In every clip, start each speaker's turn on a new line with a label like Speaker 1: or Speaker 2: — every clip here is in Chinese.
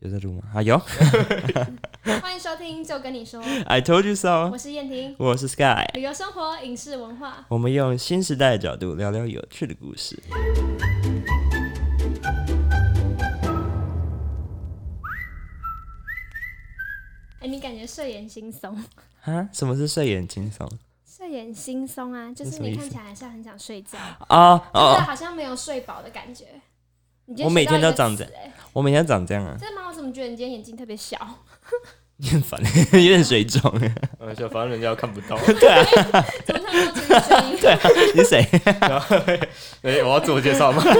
Speaker 1: 有在录吗？啊，有
Speaker 2: 欢迎收听，就跟你说，
Speaker 1: ，I told you so
Speaker 2: 我。是燕婷。
Speaker 1: 我是 Sky，
Speaker 2: 旅游、生活、影视、文化，
Speaker 1: 我们用新时代的角度聊聊有趣的故事。
Speaker 2: 哎、你感觉睡眼惺忪？
Speaker 1: 啊，什么是睡眼惺忪？
Speaker 2: 睡眼惺忪啊，就
Speaker 1: 那
Speaker 2: 是
Speaker 1: 什么意
Speaker 2: 你
Speaker 1: 思
Speaker 2: 看起来还是很想睡觉，
Speaker 1: 啊
Speaker 2: 但是
Speaker 1: 哦，
Speaker 2: 好像没有睡饱的感觉。你今
Speaker 1: 我每天
Speaker 2: 学到一
Speaker 1: 都
Speaker 2: 个
Speaker 1: 长
Speaker 2: 词
Speaker 1: 这
Speaker 2: 哎
Speaker 1: 我每天长这样啊，
Speaker 2: 真的吗？我怎么觉得你今天眼睛特 别小？
Speaker 1: 你很烦， 有点水肿。
Speaker 3: 嗯，就反正人家看不到。
Speaker 2: 怎么像周杰伦声音？
Speaker 1: 对啊，你谁？
Speaker 3: 然后，哎、我要自我介绍吗？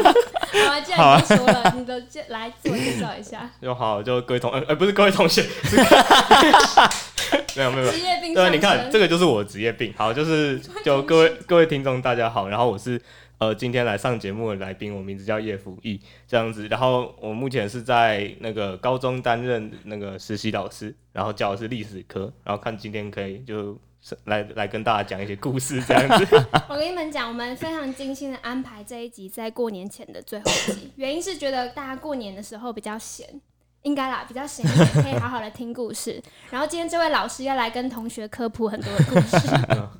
Speaker 2: 好啊，既然你都说了，你都介来自我介绍 一下，
Speaker 1: 啊
Speaker 3: 就好，就各位同，呃，呃不是各位同学，是 没有没有没有
Speaker 2: 职，业病
Speaker 1: 啊
Speaker 2: 上
Speaker 3: 对，
Speaker 2: 升。
Speaker 3: 你看这个就是我的职业病。好，就是就各位各位听众大家好，然后我是呃今天来上节目的来宾，我名字叫叶福义这样子，然后我目前是在那个高中担任那个实习老师，然后教的是历史科，然后看今天可以就是来来跟大家讲一些故事这样子。
Speaker 2: 我跟你们讲，我们非常精心的安排这一集在过年前的最后一集，原因是觉得大家过年的时候比较闲，应该啦，比较闲一点，可以好好的听故事。然后今天这位老师要来跟同学科普很多的故事，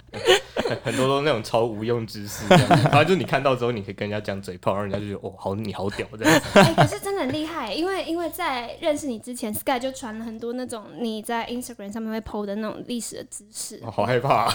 Speaker 3: 很多都那种超无用知识这样子， 反正就是你看到之后，你可以跟人家讲嘴炮，然后人家就觉得哦，好你好屌这样子。
Speaker 2: 哎、可是真的很厉害，因为因为在认识你之前，Sky 就传了很多那种你在 Instagram 上面会 PO 的那种历史的知识
Speaker 3: 我、，好害怕、啊，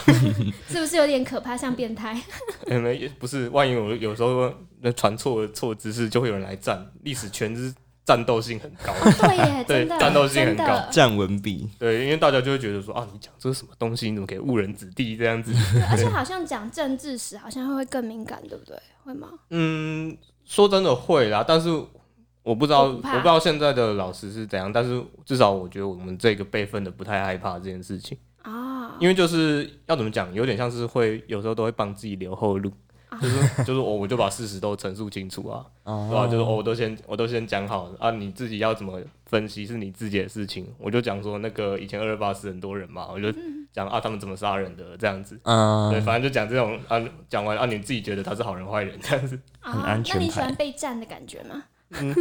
Speaker 2: 是不是有点可怕，像变态？
Speaker 3: 哎没也不是，万一我有时候那传错错知识，就会有人来站。历史圈是战斗性很高，
Speaker 2: 对耶，
Speaker 3: 对
Speaker 2: 真的，
Speaker 3: 战斗性
Speaker 2: 真
Speaker 3: 很高
Speaker 2: 的。
Speaker 1: 站文笔，
Speaker 3: 对，因为大家就会觉得说啊，你讲这是什么东西，你怎么可以误人子弟这样子？
Speaker 2: 对 而且好像讲政治史好像会更敏感，对不对？会吗？
Speaker 3: 嗯，说真的会啦，但是我不知道，
Speaker 2: 我
Speaker 3: 我
Speaker 2: 不
Speaker 3: 不
Speaker 2: 怕
Speaker 3: 知道现在的老师是怎样，但是至少我觉得我们这个辈分的不太害怕这件事情。
Speaker 2: 啊、
Speaker 3: 因为就是要怎么讲，有点像是会有时候都会帮自己留后路，
Speaker 2: 哦
Speaker 3: 就是 就是我我就把事实都陈述清楚啊，
Speaker 1: 哦
Speaker 3: 对吧、就是哦我都先我都先讲好了啊，你自己要怎么分析是你自己的事情，我就讲说那个以前二二八死很多人嘛，我就
Speaker 2: 嗯
Speaker 3: 讲啊他们怎么杀人的这样子，对，
Speaker 1: 嗯，
Speaker 3: 反正就讲这种啊，讲完啊你自己觉得他是好人坏人这样子。
Speaker 2: 啊，
Speaker 1: 很安全
Speaker 2: 那你喜
Speaker 1: 牌
Speaker 2: 欢被占的感觉吗？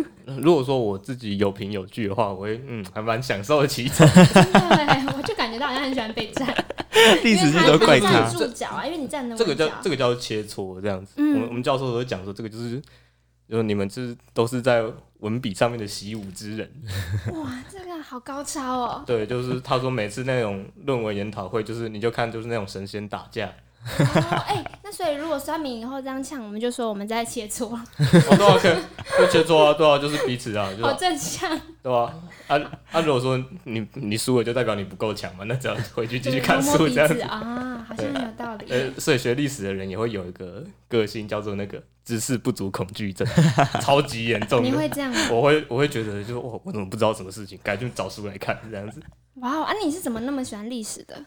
Speaker 3: 如果说我自己有凭有据的话，我会嗯还蛮享受其 中，
Speaker 2: 对，我就感觉到好像很喜欢被 占，
Speaker 1: 历史
Speaker 2: 因
Speaker 1: 剧
Speaker 2: 为
Speaker 1: 都
Speaker 2: 他
Speaker 1: 怪
Speaker 2: 他站
Speaker 1: 他。
Speaker 2: 住脚啊，因为你站的
Speaker 3: 这个叫这
Speaker 2: 个
Speaker 3: 个叫切磋这样子。
Speaker 2: 嗯
Speaker 3: 我们我们教授都会讲说，这个就是就是你们是都是在文笔上面的习武之人。
Speaker 2: 哇，这个好高超 哦。
Speaker 3: 对，就是他说每次那种论文研讨会，就是你就看就是那种神仙打架，
Speaker 2: 哦哎、那所以如果酸民以后这样呛，我们就说我们在切 磋，
Speaker 3: 哦、多少可以就切磋啊，对啊，就是彼此啊，就是
Speaker 2: 好正向。
Speaker 3: 对吧、啊？啊啊，如果说你你输了，就代表你不够强嘛，那只要回去 继续看
Speaker 2: 摸摸
Speaker 3: 书
Speaker 2: 鼻
Speaker 3: 这样
Speaker 2: 子
Speaker 3: 子。
Speaker 2: 啊，好像有道理。
Speaker 3: 呃，所以学历史的人也会有一个个性，叫做那个知识不足恐惧症，超级严重
Speaker 2: 你
Speaker 3: 的。
Speaker 2: 会这样吗？
Speaker 3: 我会我会觉得就是我我怎么不知道什么事情，赶紧找书来看这样子。
Speaker 2: 哇哦，啊，你是怎么那么喜欢历史的？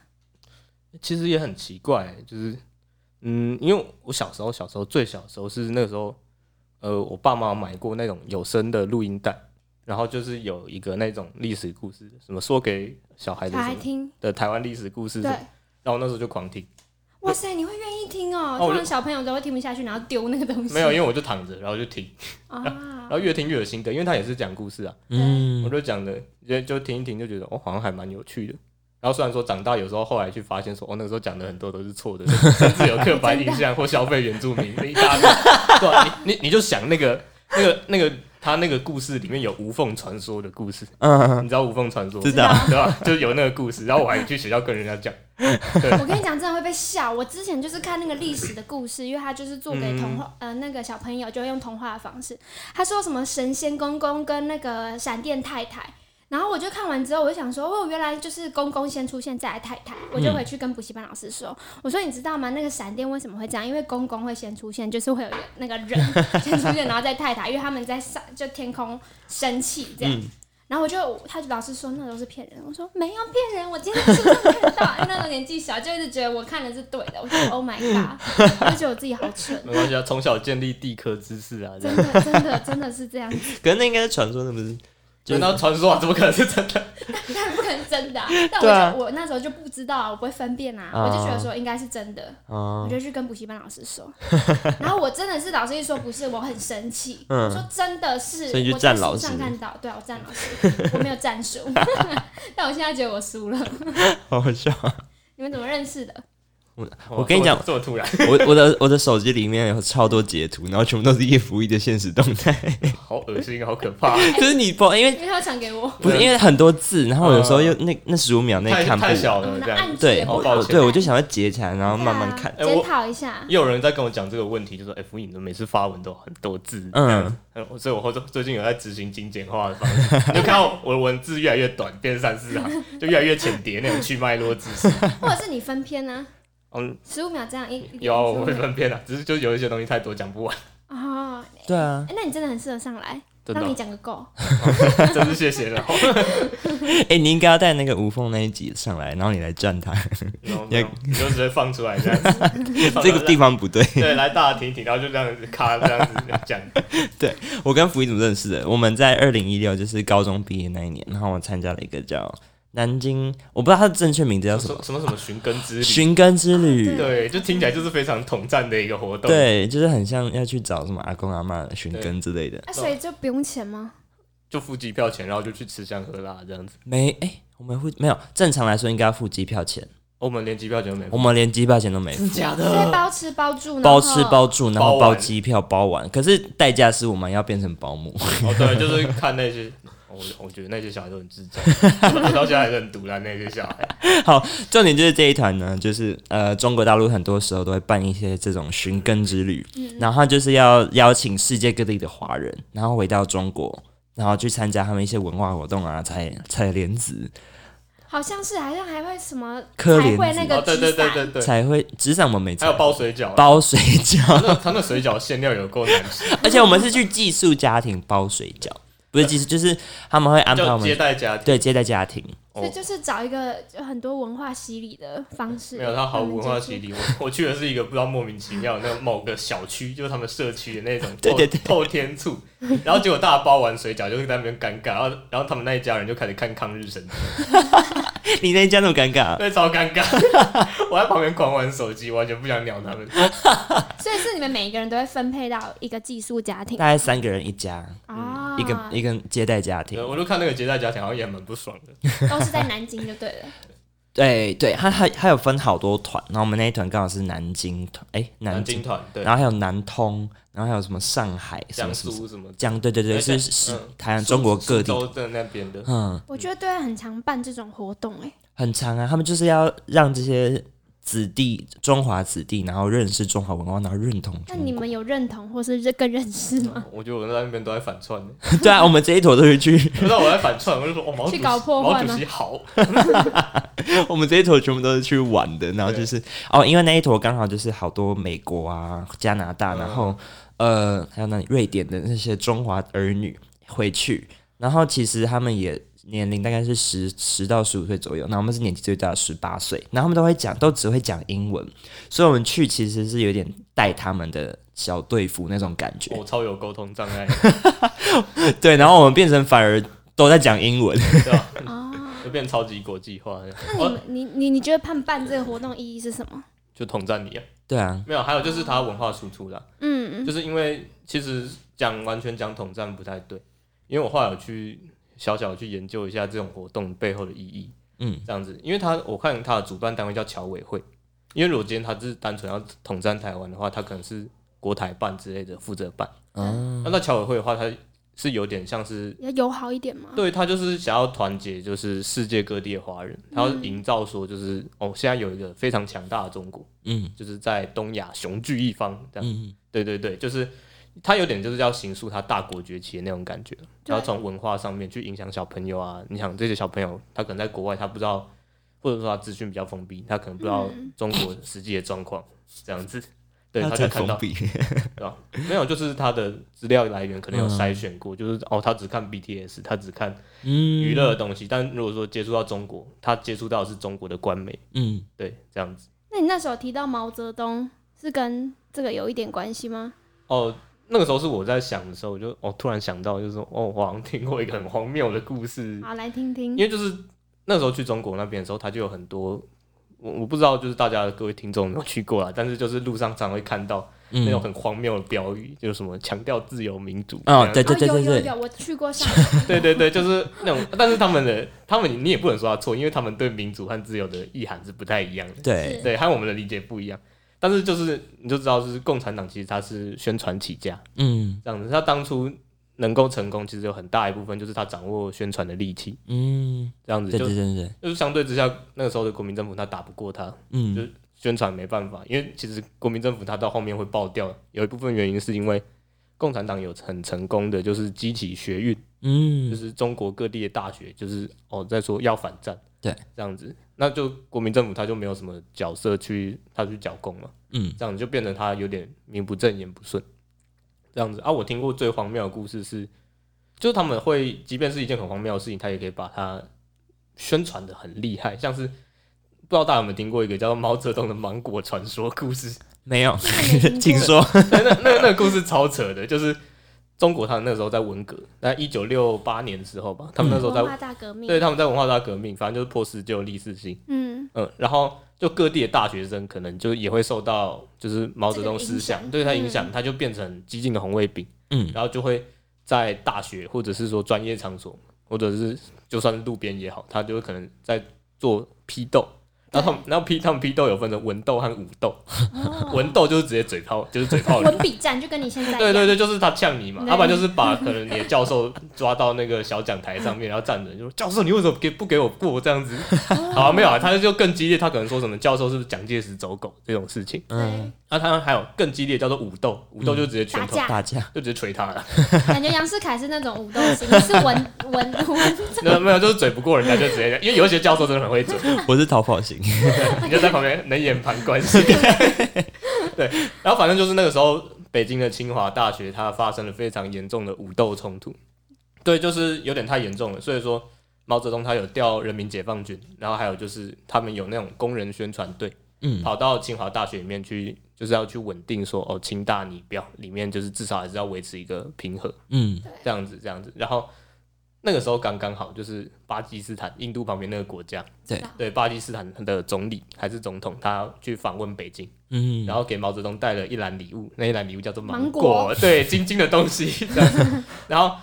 Speaker 3: 其实也很奇怪，欸就是嗯，因为我小时候小时候最小的时候是那个时候，呃，我爸妈买过那种有声的录音带，然后就是有一个那种历史故事，什么说给小孩的
Speaker 2: 小
Speaker 3: 什
Speaker 2: 孩
Speaker 3: 么
Speaker 2: 听，
Speaker 3: 的台湾历史故事
Speaker 2: 对
Speaker 3: 什么，，然后我那时候就狂听，
Speaker 2: 哇塞，你会愿意听哦？
Speaker 3: 哦我
Speaker 2: 通
Speaker 3: 就
Speaker 2: 常小朋友都会听不下去，然后丢那个东西。
Speaker 3: 没有，因为我就躺着，然后就听，
Speaker 2: 啊
Speaker 3: 然，后越听越有心得，因为他也是讲故事啊，我
Speaker 1: 嗯，
Speaker 3: 就讲的就就听一听就觉得哦，好像还蛮有趣的。然后虽然说长大有时候后来去发现说哦，那个时候讲的很多都是错的，甚至有刻板印象或消费原住民这一大堆。对啊、你你你就想那个那个那个他那个故事里面有无缝传说的故事，
Speaker 1: 嗯，
Speaker 3: 你知道无缝传说吗
Speaker 1: 知道
Speaker 3: 对吧、就是有那个故事，然后我还去学校跟人家讲，
Speaker 2: 我跟你讲，真的会被笑。我之前就是看那个历史的故事，因为他就是做给童话、呃那个小朋友，就用童话的方式。他说什么神仙公公跟那个闪电太太，然后我就看完之后，我就想说，哦，原来就是公公先出现，再来太太。我就回去跟补习班老师说，我说你知道吗？那个闪电为什么会这样？因为公公会先出现，就是会有一个那个人先出现，然后再太太，因为他们在上就天空生气这样。然后我就，他就老是说那都是骗人。我说没有骗人，我今天是看到，因为那时候年纪小，就一直觉得我看的是对的。我说 Oh my god，我就觉得我自己好蠢，
Speaker 3: 没关系啊，从小建立地科知识啊，这样
Speaker 2: 真的真的真的是这样子。
Speaker 1: 可是那应该是传说，那不是就
Speaker 3: 难道传说啊？怎么可能是真的？
Speaker 2: 当然不可能真 的啊、但我
Speaker 1: 对
Speaker 2: 就、
Speaker 1: 啊
Speaker 2: 我那时候就不知道啊，我不会分辨啊，
Speaker 1: 啊
Speaker 2: 我就觉得说应该是真的，
Speaker 1: 哦
Speaker 2: 我就去跟补习班老 师说，然后我真的是老师一说不是，我很生气，
Speaker 1: 嗯
Speaker 2: 我说真的是，
Speaker 1: 所以你就
Speaker 2: 我在
Speaker 1: 站老
Speaker 2: 书上
Speaker 1: 师
Speaker 2: 看到，对啊，我站老师， 我没有站书， 但我现在觉得我输了。
Speaker 1: 好好笑。
Speaker 2: 你们怎么认识的？
Speaker 1: 我跟你讲
Speaker 3: 哇这么这么突然，
Speaker 1: 我我的我的手机里面有超多截图，然后全部都是叶福一的现实动 态，
Speaker 3: 好恶心，啊好可怕，
Speaker 1: 就是你不因为
Speaker 2: 因为他传给我，
Speaker 1: 不是
Speaker 3: 对
Speaker 1: 因为很多字，然后有时候又那 那十五秒内
Speaker 3: 太
Speaker 1: 看不
Speaker 3: 太
Speaker 1: 完
Speaker 3: 小
Speaker 2: 我
Speaker 3: 了
Speaker 2: 们
Speaker 3: 这样
Speaker 2: 按。
Speaker 1: 对，
Speaker 2: 键
Speaker 3: 好
Speaker 1: 我
Speaker 2: 不
Speaker 3: 抱
Speaker 2: 好
Speaker 3: 歉
Speaker 1: 对我就想要截起来，然后慢慢看。
Speaker 2: 对
Speaker 3: 哎
Speaker 2: 啊
Speaker 3: 我
Speaker 2: 检讨一下。
Speaker 3: 也有人在跟我讲这个问题，就说 F 影的每次发文都很多字，
Speaker 1: 嗯
Speaker 3: 嗯，所以我后最近有在执行精简化的方式， 你就看到我的文字越来越短，变三 四行，就越来越浅碟那种去脉络知识。
Speaker 2: 或者是你分篇呢、
Speaker 3: 嗯，
Speaker 2: 啊？十五秒这样一一
Speaker 3: 有啊我会
Speaker 2: 啊、
Speaker 3: 分辨
Speaker 1: 嗯
Speaker 3: 的，只是就有一些东西太多讲不完，
Speaker 2: 哦
Speaker 1: 对啊，
Speaker 2: 哎那你真的很适合上来，
Speaker 3: 真的
Speaker 2: 让你
Speaker 3: 哦，
Speaker 2: 讲个够。啊
Speaker 3: 真是谢谢了。
Speaker 1: 哎、你应该要带那个无缝那一集上来，然后你来站他，
Speaker 3: 然后你就直接放出来这样子
Speaker 1: ，这个地方不对。
Speaker 3: 对，来大家停一停，然后就这样子咔这样子 讲，
Speaker 1: 我跟福一怎么认识的？我们在二零一六就是高中毕业那一年，然后我参加了一个叫南京，我不知道它的正确名字叫什
Speaker 3: 什
Speaker 1: 么，
Speaker 3: 么什么什么寻根之旅，啊
Speaker 1: 寻根之旅。
Speaker 3: 对，就听起来就是非常统战的一个活动。，
Speaker 1: 对，就是很像要去找什么阿公阿妈寻根之类的。
Speaker 2: 啊，所以就不用钱吗？
Speaker 3: 就付机票钱，然后就去吃香喝辣这样子。
Speaker 1: 没，哎、我们会没有？正常来说应该要付机票钱，
Speaker 3: 哦我们连机票钱都没付，
Speaker 1: 我们连机票钱都没付，
Speaker 3: 假
Speaker 2: 所以？包吃包住，然后
Speaker 1: 包吃包住，然后
Speaker 3: 包
Speaker 1: 包
Speaker 3: 完
Speaker 1: 机票包完。可是代价是我们要变成保姆，
Speaker 3: 哦，对，就是看那些，我我觉得那些小孩都很智障，我到现在还是很毒烂那些小孩。
Speaker 1: 重点就是这一团呢，就是呃，中国大陆很多时候都会办一些这种寻根之旅，然后他就是要邀请世界各地的华人，然后回到中国，然后去参加他们一些文化活动啊，采采莲子、
Speaker 2: 好像是，好像还会什么
Speaker 1: 科
Speaker 2: 还
Speaker 1: 莲
Speaker 2: 会那
Speaker 1: 子，
Speaker 2: 个
Speaker 3: 哦，对对
Speaker 2: 纸伞
Speaker 3: 对对对，
Speaker 1: 才会纸伞我们没
Speaker 3: 还
Speaker 1: 采
Speaker 3: 有包水饺，
Speaker 1: 包水
Speaker 3: 他
Speaker 1: 饺，
Speaker 3: 那他那水饺馅料有够难吃，
Speaker 1: 而且我们是去寄宿家庭包水饺，不是寄宿，就是他们会安排我
Speaker 3: 就接
Speaker 1: 们
Speaker 3: 待家庭。
Speaker 1: 对接待家庭，
Speaker 2: 所以就是找一个就很多文化洗礼的方式。
Speaker 3: 没有，他毫无文化洗礼。我我去的是一个不知道莫名其妙的那种某个小区，就是他们社区的那种
Speaker 1: 对对对
Speaker 3: 透透天醋，然后结果大家包完水饺就是在那边尴尬，然后然后他们那一家人就开始看抗日神剧，
Speaker 1: 你那一家那么尴尬、
Speaker 3: 对，超尴尬。 我在旁边狂玩手机，完全不想鸟 他们。
Speaker 2: 所以是你们每一个人都会分配到一个寄宿家庭
Speaker 1: 大概三个人一家，
Speaker 2: 啊，
Speaker 1: 一个一个接待家庭
Speaker 3: 对，我就看那个接待家庭好像也蛮不爽的，
Speaker 2: 都是在南京就对了。
Speaker 1: 对哎对，它它它有分好多团，然后我们那一团刚好是南京团，哎，南
Speaker 3: 南
Speaker 1: 京，
Speaker 3: 京团对
Speaker 1: 然，后还有南通，然后还有什么上海，什
Speaker 3: 江
Speaker 1: 么什么什么
Speaker 3: 苏什么的
Speaker 1: 江，对对对，
Speaker 3: 哎
Speaker 1: 是
Speaker 3: 江
Speaker 1: 是
Speaker 3: 嗯
Speaker 1: 台湾中国各地
Speaker 3: 苏，州的那边的，
Speaker 1: 嗯，
Speaker 2: 我觉得对，很常办这种活动、欸，
Speaker 1: 很长啊，他们就是要让这些子弟中华子弟，然后认识中华文化，然后认同
Speaker 2: 那
Speaker 1: 中
Speaker 2: 你
Speaker 1: 国。
Speaker 2: 们有认同或是更认识吗？
Speaker 3: 我觉得我在那边都在反串的，
Speaker 1: 对啊，我们这一坨都是去，
Speaker 3: 不知道我在反串，我就说 哦，毛主
Speaker 2: 去
Speaker 3: 席，
Speaker 2: 搞破
Speaker 3: 毛
Speaker 2: 坏
Speaker 3: 主
Speaker 2: 吗
Speaker 3: 席好，
Speaker 1: 我们这一坨全部都是去玩的，然后就是哦，因为那一坨刚好就是好多美国啊、加拿大，
Speaker 3: 嗯
Speaker 1: 然后呃，还有那里瑞典的那些中华儿女回去，然后其实他们也年龄大概是十十到十五岁左右，那我们是年纪最大的十八岁，然后他们都会讲，都只会讲英文，所以我们去其实是有点带他们的小队服那种感觉，
Speaker 3: 我超有沟通障 碍，
Speaker 1: 对，然后我们变成反而都在讲英文，
Speaker 3: 对吧？
Speaker 2: 啊，
Speaker 3: 就变超级国际化的，
Speaker 1: 嗯
Speaker 2: 那你
Speaker 3: 我
Speaker 2: 们你你你觉得办办这个活动意义是什么？
Speaker 3: 就统战你啊。
Speaker 1: 对啊，
Speaker 3: 没有，还有就是它文化输出啦，
Speaker 2: 嗯，
Speaker 3: 就是因为其实讲完全讲统战不太对，因为我后来有去小小去研究一下这种活动背后的意义，
Speaker 1: 嗯，
Speaker 3: 这样子，因为它我看它的主办单位叫侨委会，因为如果今天它是单纯要统战台湾的话，它可能是国台办之类的负责办，
Speaker 1: 嗯，
Speaker 3: 那到侨委会的话，它是有点像是
Speaker 2: 要友好一点嘛。
Speaker 3: 对他就是想要团结，就是世界各地的华人，他要营造说就是、哦，现在有一个非常强大的中国，
Speaker 1: 嗯
Speaker 3: 就是在东亚雄踞一方这样。
Speaker 1: 嗯，
Speaker 3: 对对对，就是他有点就是要形塑他大国崛起的那种感觉，然后从文化上面去影响小朋友啊。你想这些小朋友，他可能在国外他不知道，或者说他资讯比较封闭，他可能不知道
Speaker 2: 嗯
Speaker 3: 中国实际的状况，这样子。对，
Speaker 1: 他
Speaker 3: 他
Speaker 1: 在
Speaker 3: 才看到
Speaker 1: 封闭，
Speaker 3: 对吧？没有，就是他的资料来源可能有筛选过，就是哦，他只看 BTS，他只看
Speaker 1: 嗯
Speaker 3: 娱乐的东西。但如果说接触到中国，他接触到的是中国的官媒，
Speaker 1: 嗯。
Speaker 3: 对，这样子。
Speaker 2: 那你那时候提到毛泽东，是跟这个有一点关系吗？
Speaker 3: 哦，那个时候是我在想的时候，我就哦突然想到，就是说哦，我好像听过一个很荒谬的故事，
Speaker 2: 好，来听听
Speaker 3: 因。为就是那时候去中国那边的时候，他就有很多，我我不知道就是大家各位听众有没有去过啦，但是就是路上常会看到那种
Speaker 1: 嗯，
Speaker 3: 很荒谬的标语，就是什么强调自由民主
Speaker 1: 哦，对对
Speaker 3: 这样
Speaker 1: 对
Speaker 2: 哦，
Speaker 1: 对
Speaker 2: 有有
Speaker 1: 对，
Speaker 2: 有，我去过上
Speaker 3: 对对对，就是那种， 但是他们的他们你也不能说他错，因为他们对民主和自由的意涵是不太一样的，
Speaker 1: 对，
Speaker 3: 对，和我们的理解不一样。但是就是你就知道，就是共产党其实它是宣传起家，
Speaker 1: 嗯
Speaker 3: 这样子。他当初能够成功，其实有很大一部分就是他掌握宣传的利器，
Speaker 1: 嗯，
Speaker 3: 这样子
Speaker 1: 对
Speaker 3: 就
Speaker 1: 对对对对，
Speaker 3: 就是相对之下，那个时候的国民政府他打不过他，
Speaker 1: 嗯
Speaker 3: 就宣传没办法，因为其实国民政府他到后面会爆掉，有一部分原因是因为共产党有很成功的就是激起学运，就
Speaker 1: 嗯，
Speaker 3: 是中国各地的大学就是哦在说要反战，
Speaker 1: 对，
Speaker 3: 这样子，那就国民政府他就没有什么角色去他去剿共嘛，
Speaker 1: 嗯
Speaker 3: 这样子就变成他有点名不正言不顺，这样子啊。我听过最荒谬的故事是，就是他们会，即便是一件很荒谬的事情，他也可以把它宣传的很厉害，像是不知道大家有没有听过一个叫做毛泽东的芒果传说故事，
Speaker 1: 没有，
Speaker 2: 没听过
Speaker 1: 请说，
Speaker 3: 那那那那个故事超扯的，就是中国他们那时候在文革，那一九六八年的时候吧， 他们那时候在、
Speaker 2: 文化大革命，
Speaker 3: 对他们在文化大革命，反正就是破四旧立四新。
Speaker 2: 嗯，
Speaker 3: 嗯，然后就各地的大学生可能就也会受到就是毛泽东思想
Speaker 2: 这
Speaker 3: 对
Speaker 2: 个
Speaker 3: 他
Speaker 2: 影响嗯
Speaker 3: 影响，他就变成激进的红卫兵，
Speaker 1: 嗯
Speaker 3: 然后就会在大学或者是说专业场所，或者是就算是路边也好，他就可能在做批斗。然后他们，然后批他们批斗有分成文斗和武斗，
Speaker 2: 哦
Speaker 3: 文斗就是直接嘴炮，就是嘴 炮人。
Speaker 2: 文笔战就跟你现在一样
Speaker 3: 对对对，就是他呛你嘛，啊
Speaker 2: 对
Speaker 3: 要不然就是把可能你的教授抓到那个小讲台上面，然后站着就说：“教授，你为什么给不给我过？”这样子，
Speaker 2: 哦
Speaker 3: 好、啊、没有啊，他就更激烈，他可能说什么“教授是不是蒋介石走狗”这种事情。
Speaker 1: 嗯，
Speaker 3: 那、他还有更激烈叫做武斗，武斗就直接拳
Speaker 2: 打
Speaker 3: 头，
Speaker 2: 架，
Speaker 1: 打架，
Speaker 3: 就直接捶他了。
Speaker 2: 感觉杨世凯是那种武斗型， 你是文文文，
Speaker 3: 没有没有，就是嘴不过人家就直接，因为有一些教授真的很会嘴，
Speaker 1: 我是逃跑型，
Speaker 3: 你就在旁边冷眼旁观是。 对，然后反正就是那个时候，北京的清华大学它发生了非常严重的武斗冲突，对，就是有点太严重了，所以说毛泽东他有调人民解放军，然后还有就是他们有那种工人宣传队，
Speaker 1: 嗯
Speaker 3: 跑到清华大学里面去，就是要去稳定说哦，清大你不要里面就是至少还是要维持一个平和，
Speaker 1: 嗯
Speaker 3: 这样子，这样子。然后那个时候刚刚好，就是巴基斯坦、印度旁边那个国家，
Speaker 1: 对
Speaker 3: 对，巴基斯坦的总理还是总统，他去访问北京，
Speaker 1: 嗯，
Speaker 3: 然后给毛泽东带了一篮礼物，那一篮礼物叫做
Speaker 2: 芒
Speaker 3: 果，
Speaker 2: 果
Speaker 3: 对，晶晶的东西。这 样子然后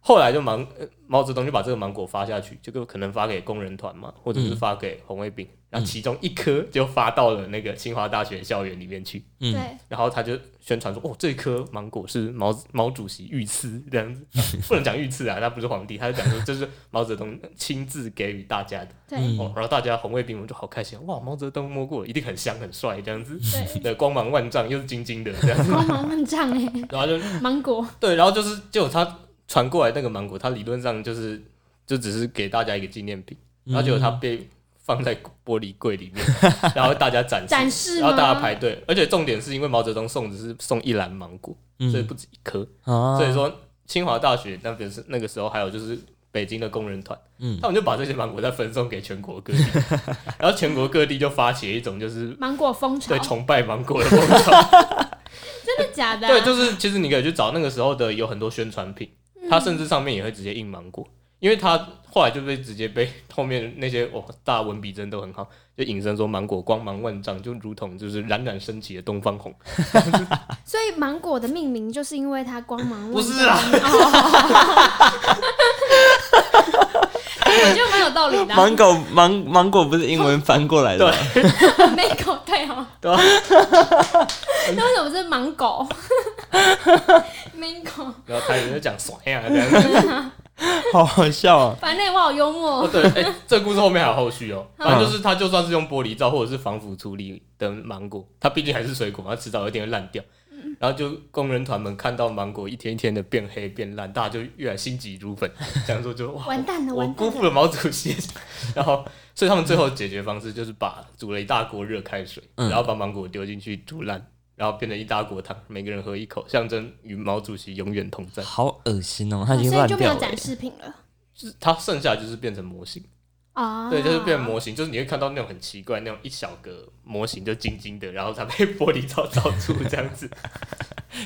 Speaker 3: 后来就芒呃毛泽东就把这个芒果发下去，就可能发给工人团嘛，或者是
Speaker 1: 嗯
Speaker 3: 发给红卫兵，然后其中一颗就发到了那个清华大学校园里面去。
Speaker 1: 嗯
Speaker 2: 对，
Speaker 3: 然后他就宣传说，哦，这颗芒果是毛毛主席御赐这样子，不能讲御赐啊，他不是皇帝，他就讲说这是毛泽东亲自给予大家的。
Speaker 2: 对
Speaker 1: 嗯
Speaker 3: 哦，然后大家红卫兵们就好开心，哇，毛泽东摸过，一定很香很帅这样子，
Speaker 2: 对，
Speaker 3: 对，光芒万丈又是晶晶的这样子，
Speaker 2: 光芒万丈哎，
Speaker 3: 然后就
Speaker 2: 芒果，
Speaker 3: 对，然后就是就有他传过来那个芒果，他理论上就是就只是给大家一个纪念品，
Speaker 1: 嗯
Speaker 3: 然后结果他被放在玻璃柜里 面，然后大家展示。
Speaker 2: 展示
Speaker 3: 然后
Speaker 2: 吗？
Speaker 3: 大家排队，而且重点是因为毛泽东送只是送一篮芒果，
Speaker 1: 嗯
Speaker 3: 所以不止一颗。
Speaker 1: 啊，
Speaker 3: 所以说，清华大学那边是那个时候还有就是北京的工人团，
Speaker 1: 嗯
Speaker 3: 他们就把这些芒果再分送给全国 各地，然后全国各地就发起一种就是
Speaker 2: 芒果蜂巢
Speaker 3: 对，崇拜芒果 的风潮。
Speaker 2: 真的假的啊？
Speaker 3: 对，就是其实你可以去找那个时候的有很多宣传品，
Speaker 2: 嗯
Speaker 3: 它甚至上面也会直接印芒果。因为它后来就被直接被后面那些哇大文笔真的都很好，就引申说芒果光芒万丈，就如同就是冉冉升起的东方红。
Speaker 2: 所以芒果的命名就是因为它光芒万丈。
Speaker 3: 不是啊
Speaker 2: 哦， 我觉得蛮有道理的啊。
Speaker 1: 芒果芒芒果不是英文翻过来的吗，
Speaker 2: 美狗对哦，
Speaker 3: 对啊啊
Speaker 2: 那为什么是芒 狗？mango，
Speaker 3: 然后台语就讲甩呀、这样 子。
Speaker 1: 好好笑啊！
Speaker 2: 反正我好幽默
Speaker 3: 哦，
Speaker 2: 哦。
Speaker 3: 对，哎、这个故事后面还有后续哦。反正就是它就算是用玻璃罩或者是防腐处理的芒果，它毕竟还是水果嘛，它迟早有一天会烂掉。
Speaker 2: 嗯
Speaker 3: 然后就工人团们看到芒果一天一天的变黑变烂，大家就越来心急如焚，想说就哇，
Speaker 2: 完蛋了，
Speaker 3: 我
Speaker 2: 完蛋
Speaker 3: 辜
Speaker 2: 了！
Speaker 3: 负了毛主席。 然后，所以他们最后的解决方式就是把煮了一大锅热开水，
Speaker 1: 嗯
Speaker 3: 然后把芒果丢进去煮烂，然后变成一大锅汤，每个人喝一口，象征与毛主席永远同在。
Speaker 1: 好恶心哦，它
Speaker 2: 哦
Speaker 1: 已经
Speaker 2: 所
Speaker 1: 乱
Speaker 2: 以就没
Speaker 1: 掉了
Speaker 2: 有展。示品了
Speaker 3: 就是它剩下就是变成模型。
Speaker 2: 啊。
Speaker 3: 对，就是变模型，就是你会看到那种很奇 怪那种一小个模型，就晶晶的，然后它被玻璃罩罩住这样子。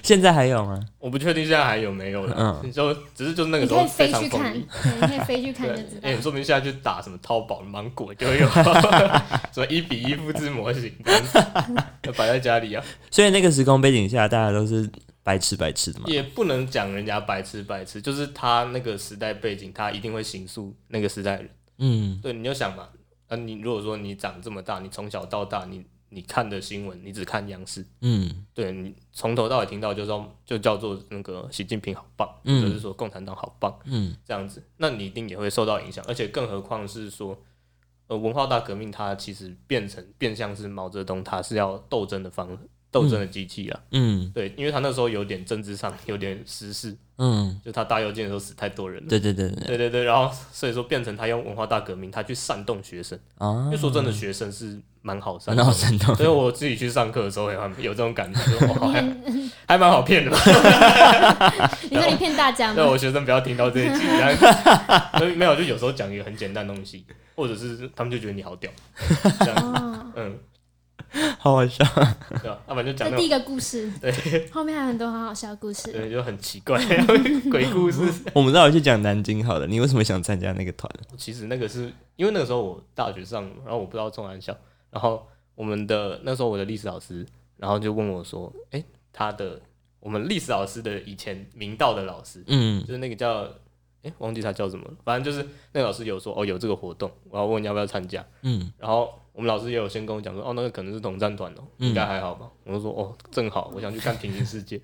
Speaker 1: 现在还有吗？
Speaker 3: 我不确定现在还有没有了，
Speaker 1: 嗯
Speaker 3: 就只是就是那个
Speaker 2: 你
Speaker 3: 时
Speaker 2: 可
Speaker 3: 候
Speaker 2: 以飞
Speaker 3: 非常
Speaker 2: 去
Speaker 3: 风
Speaker 2: 看，
Speaker 3: 靡。
Speaker 2: 对，你可以飞去看
Speaker 3: 对
Speaker 2: 就知，道
Speaker 3: 哎、。说明现在去打什么淘宝、芒果就会有什么一比一复制模型，这样子就摆在家里啊，
Speaker 1: 所以那个时空背景下，大家都是白痴白痴的嘛。
Speaker 3: 也不能讲人家白痴白痴，就是他那个时代背景，他一定会形塑那个时代的人。
Speaker 1: 嗯，
Speaker 3: 对，你就想嘛，啊，你如果说你长这么大，你从小到大，你你看的新闻，你只看央视，
Speaker 1: 嗯，
Speaker 3: 对你从头到尾听到就说就叫做那个习近平好棒，
Speaker 1: 嗯
Speaker 3: 就是说共产党好棒，
Speaker 1: 嗯，
Speaker 3: 这样子，那你一定也会受到影响，而且更何况是说，呃，文化大革命它其实变成变相是毛泽东，他是要斗争的方斗争的机器啊，
Speaker 1: 嗯，
Speaker 3: 对，因为他那时候有点政治上有点失势，
Speaker 1: 嗯，
Speaker 3: 就他大跃进的时候死太多人了，
Speaker 1: 对对对对
Speaker 3: 对对对，然后所以说变成他用文化大革命，他去煽动学生，
Speaker 1: 啊
Speaker 3: 因为，说真的，学生是蛮好煽
Speaker 1: 蛮
Speaker 3: 动
Speaker 1: 好
Speaker 3: 的。
Speaker 1: 震动。
Speaker 3: 所以我自己去上课的时候也蛮有这种感觉，就哦、还
Speaker 2: 骗，
Speaker 3: 还蛮好骗的吧。
Speaker 2: 你说你骗大家
Speaker 3: 对
Speaker 2: 吗？
Speaker 3: 我学生不要听到这一集，然后所以没有，就有时候讲一个很简单的东西，或者是他们就觉得你好屌，这样，
Speaker 2: 哦，
Speaker 3: 嗯，
Speaker 1: 好好笑。
Speaker 3: 对吧？要不然就讲
Speaker 2: 这
Speaker 3: 那
Speaker 2: 第一
Speaker 3: 种，
Speaker 2: 个故事，
Speaker 3: 对
Speaker 2: 后面还有很多很好笑的故事。
Speaker 3: 对，就很奇怪鬼故事。
Speaker 1: 我们绕回去讲南京好了，你为什么想参加那个团？
Speaker 3: 其实那个是因为那个时候我大学上，然后我不知道中南校，然后我们的那时候我的历史老师，然后就问我说，哎、他的我们历史老师的以前明道的老师，
Speaker 1: 嗯
Speaker 3: 就是那个叫，哎、忘记他叫什么了，反正就是那个老师有说，哦，有这个活动，我要问你要不要参加。
Speaker 1: 嗯
Speaker 3: 然后我们老师也有先跟我讲说，哦，那个可能是统战团哦，
Speaker 1: 嗯
Speaker 3: 应该还好吧。我就说，哦，正好，我想去看平行世界。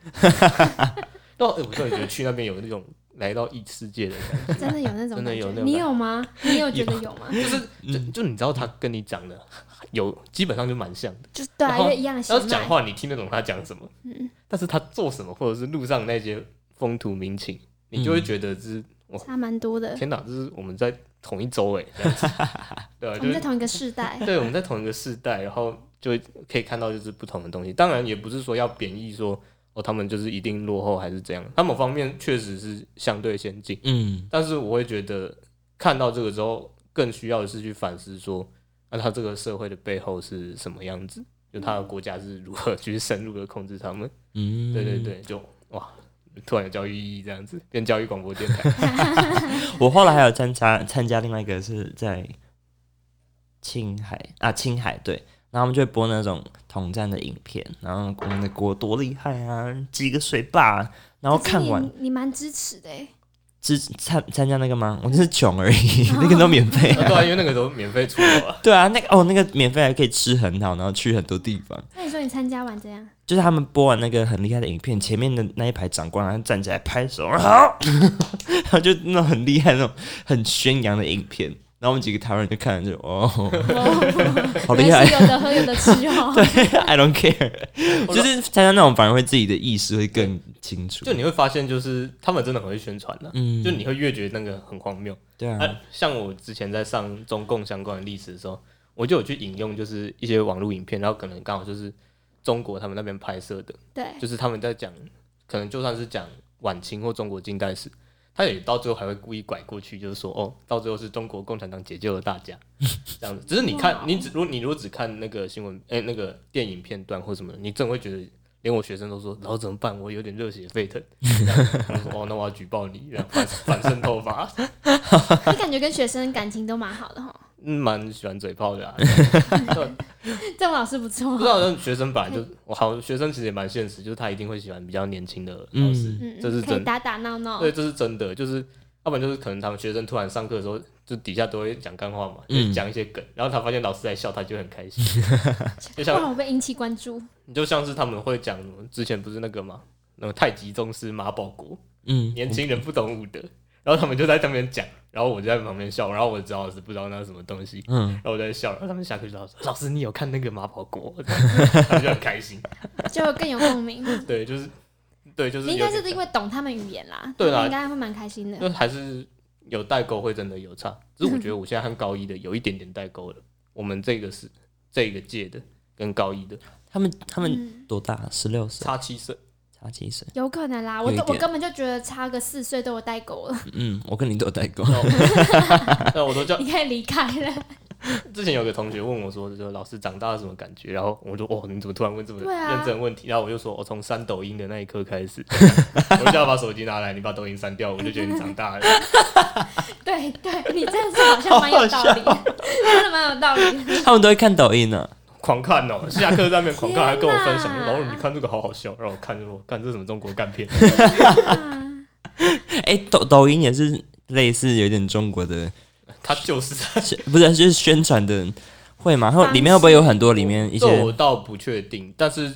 Speaker 3: 那我突然觉得去那边有那种来到异世界的感觉，
Speaker 2: 真的有那种
Speaker 3: 真的
Speaker 2: 感
Speaker 3: 有那
Speaker 2: 觉，
Speaker 3: 种
Speaker 2: 你
Speaker 3: 感
Speaker 2: 有吗？你有觉得有吗？
Speaker 3: 就是就就你知道他跟你讲的有基本上就蛮像的，
Speaker 2: 就是对啊，
Speaker 3: 然后
Speaker 2: 就一样的
Speaker 3: 然
Speaker 2: 心
Speaker 3: 后讲
Speaker 2: 态。
Speaker 3: 话你听得懂他讲什么，但是他做什么或者是路上那些风土民情，你就会觉得是、
Speaker 2: 差蛮多的，
Speaker 3: 天哪，这是我们在同一周哎，这样子对啊，
Speaker 2: 我
Speaker 3: 就
Speaker 2: 们
Speaker 3: 是
Speaker 2: 在同一个世代，
Speaker 3: 对，我们在同一个世代，然后就可以看到就是不同的东西。当然也不是说要贬义说哦，他们就是一定落后还是怎样，他某方面确实是相对先进，
Speaker 1: 嗯
Speaker 3: 但是我会觉得看到这个之后，更需要的是去反思说，那、他这个社会的背后是什么样子，
Speaker 2: 嗯
Speaker 3: 就他的国家是如何 去深入的控制他们。
Speaker 1: 嗯，
Speaker 3: 对对。对，就哇。突然有教育意义这样子，变教育广播电台，
Speaker 1: 我后来还有参加参加另外一个是在青海啊，青海对，然后他们就会播那种统战的影片，然后我们的国多厉害啊，几个水坝，然后
Speaker 2: 可是
Speaker 1: 看
Speaker 2: 你
Speaker 1: 完
Speaker 2: 你蛮支持的欸，
Speaker 1: 只参参加那个吗？我就是穷而已， 那个都免费
Speaker 3: 对
Speaker 1: 啊。
Speaker 3: 啊，因为那个时候免费出游啊，
Speaker 1: 对啊，那个哦，那个免费还可以吃很好，然后去很多地方。
Speaker 2: 那你说你参加完 怎样？
Speaker 1: 就是他们播完那个很厉害的影片，前面的那一排长官然后站起来拍手，好，然后就那种很厉害那种很宣扬的影片，然后我们几个台湾人就看了就哦，好厉害
Speaker 2: 原来是有的喝有的吃哦。
Speaker 1: ，I don't care，就是参加那种反而会自己的意识会更清楚，
Speaker 3: 就你会发现，就是他们真的很会宣传的、
Speaker 1: 嗯，
Speaker 3: 就你会越觉得那个很荒谬。
Speaker 1: 对啊，
Speaker 3: 啊，像我之前在上中共相关的历史的时候，我就有去引用就是一些网络影片，然后可能刚好就是中国他们那边拍摄的，
Speaker 2: 对，
Speaker 3: 就是他们在讲，可能就算是讲晚清或中国近代史，他也到最后还会故意拐过去，就是说哦，到最后是中国共产党解救了大家，这样子。只是你看
Speaker 2: 哇，
Speaker 3: 你只如果你如果只看那个新闻，哎、那个电影片段或什么的，你真的会觉得。连我学生都说，然后怎么办？我有点热血沸腾。这样子 我说哦，那我要举报你，然后反反渗透法。
Speaker 2: 你感觉跟学生感情都蛮好的哦哈，
Speaker 3: 嗯，蛮喜欢嘴炮的、啊，
Speaker 2: 这种老师不错
Speaker 3: 不知。道那学生本来就我好，学生其实也蛮现实，就是他一定会喜欢比较年轻的老师，
Speaker 1: 嗯，
Speaker 2: 嗯，
Speaker 3: 这是
Speaker 2: 可以
Speaker 3: 真
Speaker 2: 打打闹闹
Speaker 3: 对，，这是真的，就是要不然就是可能他们学生突然上课的时候，就底下都会讲干话嘛，就是
Speaker 1: 嗯
Speaker 3: 讲一些梗，然后他发现老师在笑，他就很 开心，就
Speaker 2: 不
Speaker 3: 像
Speaker 2: 然我被引起关注。
Speaker 3: 你就像是他们会讲什么，之前不是那个嘛，那个太极宗师马保国，
Speaker 1: 嗯，
Speaker 3: 年轻人不懂武德，然后他们就在上面讲，然后我就在旁边笑，然后我知道老师不知道那是什么东西，
Speaker 1: 嗯，
Speaker 3: 然后我在笑，然后他们下课就老师，老师你有看那个马保国？ 他们就很开心。
Speaker 2: 就更有共鸣。
Speaker 3: 对，就是对，就是
Speaker 2: 你应该是
Speaker 3: 这
Speaker 2: 因为懂他们语言啦，
Speaker 3: 对啦
Speaker 2: 他们应该会蛮开心的。
Speaker 3: 就还是有代沟会真的有差。只是我觉得我现在和高一的有一点点代沟了。我们这个是这个届的跟高一的
Speaker 1: 他们他们
Speaker 2: 嗯，
Speaker 1: 多大？十六岁，
Speaker 3: 差七岁，
Speaker 1: 差几岁？
Speaker 2: 有可能啦，我
Speaker 1: 有一
Speaker 2: 都我
Speaker 1: 点
Speaker 2: 根本就觉得差个四岁都有代沟了，
Speaker 1: 嗯，我跟你都有代沟，
Speaker 3: 啊那我那我都叫
Speaker 2: 你可以离开了。
Speaker 3: 之前有个同学问我说，就是老师长大了什么感觉？然后我就哦，你怎么突然问这么
Speaker 2: 对啊
Speaker 3: 认真的问题？然后我就说，我哦从删抖音的那一刻开 始，我就要把手机拿来，你把抖音删掉，我就觉得你长大了。
Speaker 2: 对对，你真的是好像蛮有道理，真的蛮有道理的。
Speaker 1: 他们都会看抖音啊呢、
Speaker 3: 狂看哦，下课在那边狂看，还跟我分享，
Speaker 2: 天哪
Speaker 3: 然后你看这个好好笑，然后我看就说，看这是什么中国干 片？
Speaker 2: 啊
Speaker 1: 哎、抖抖音也是类似有点中国的，
Speaker 3: 他就是在。
Speaker 1: 是不是就是宣传的会吗？然后
Speaker 2: 方
Speaker 1: 里面会不会有很多里面一
Speaker 3: 这我
Speaker 1: 些
Speaker 3: 倒不确定，但是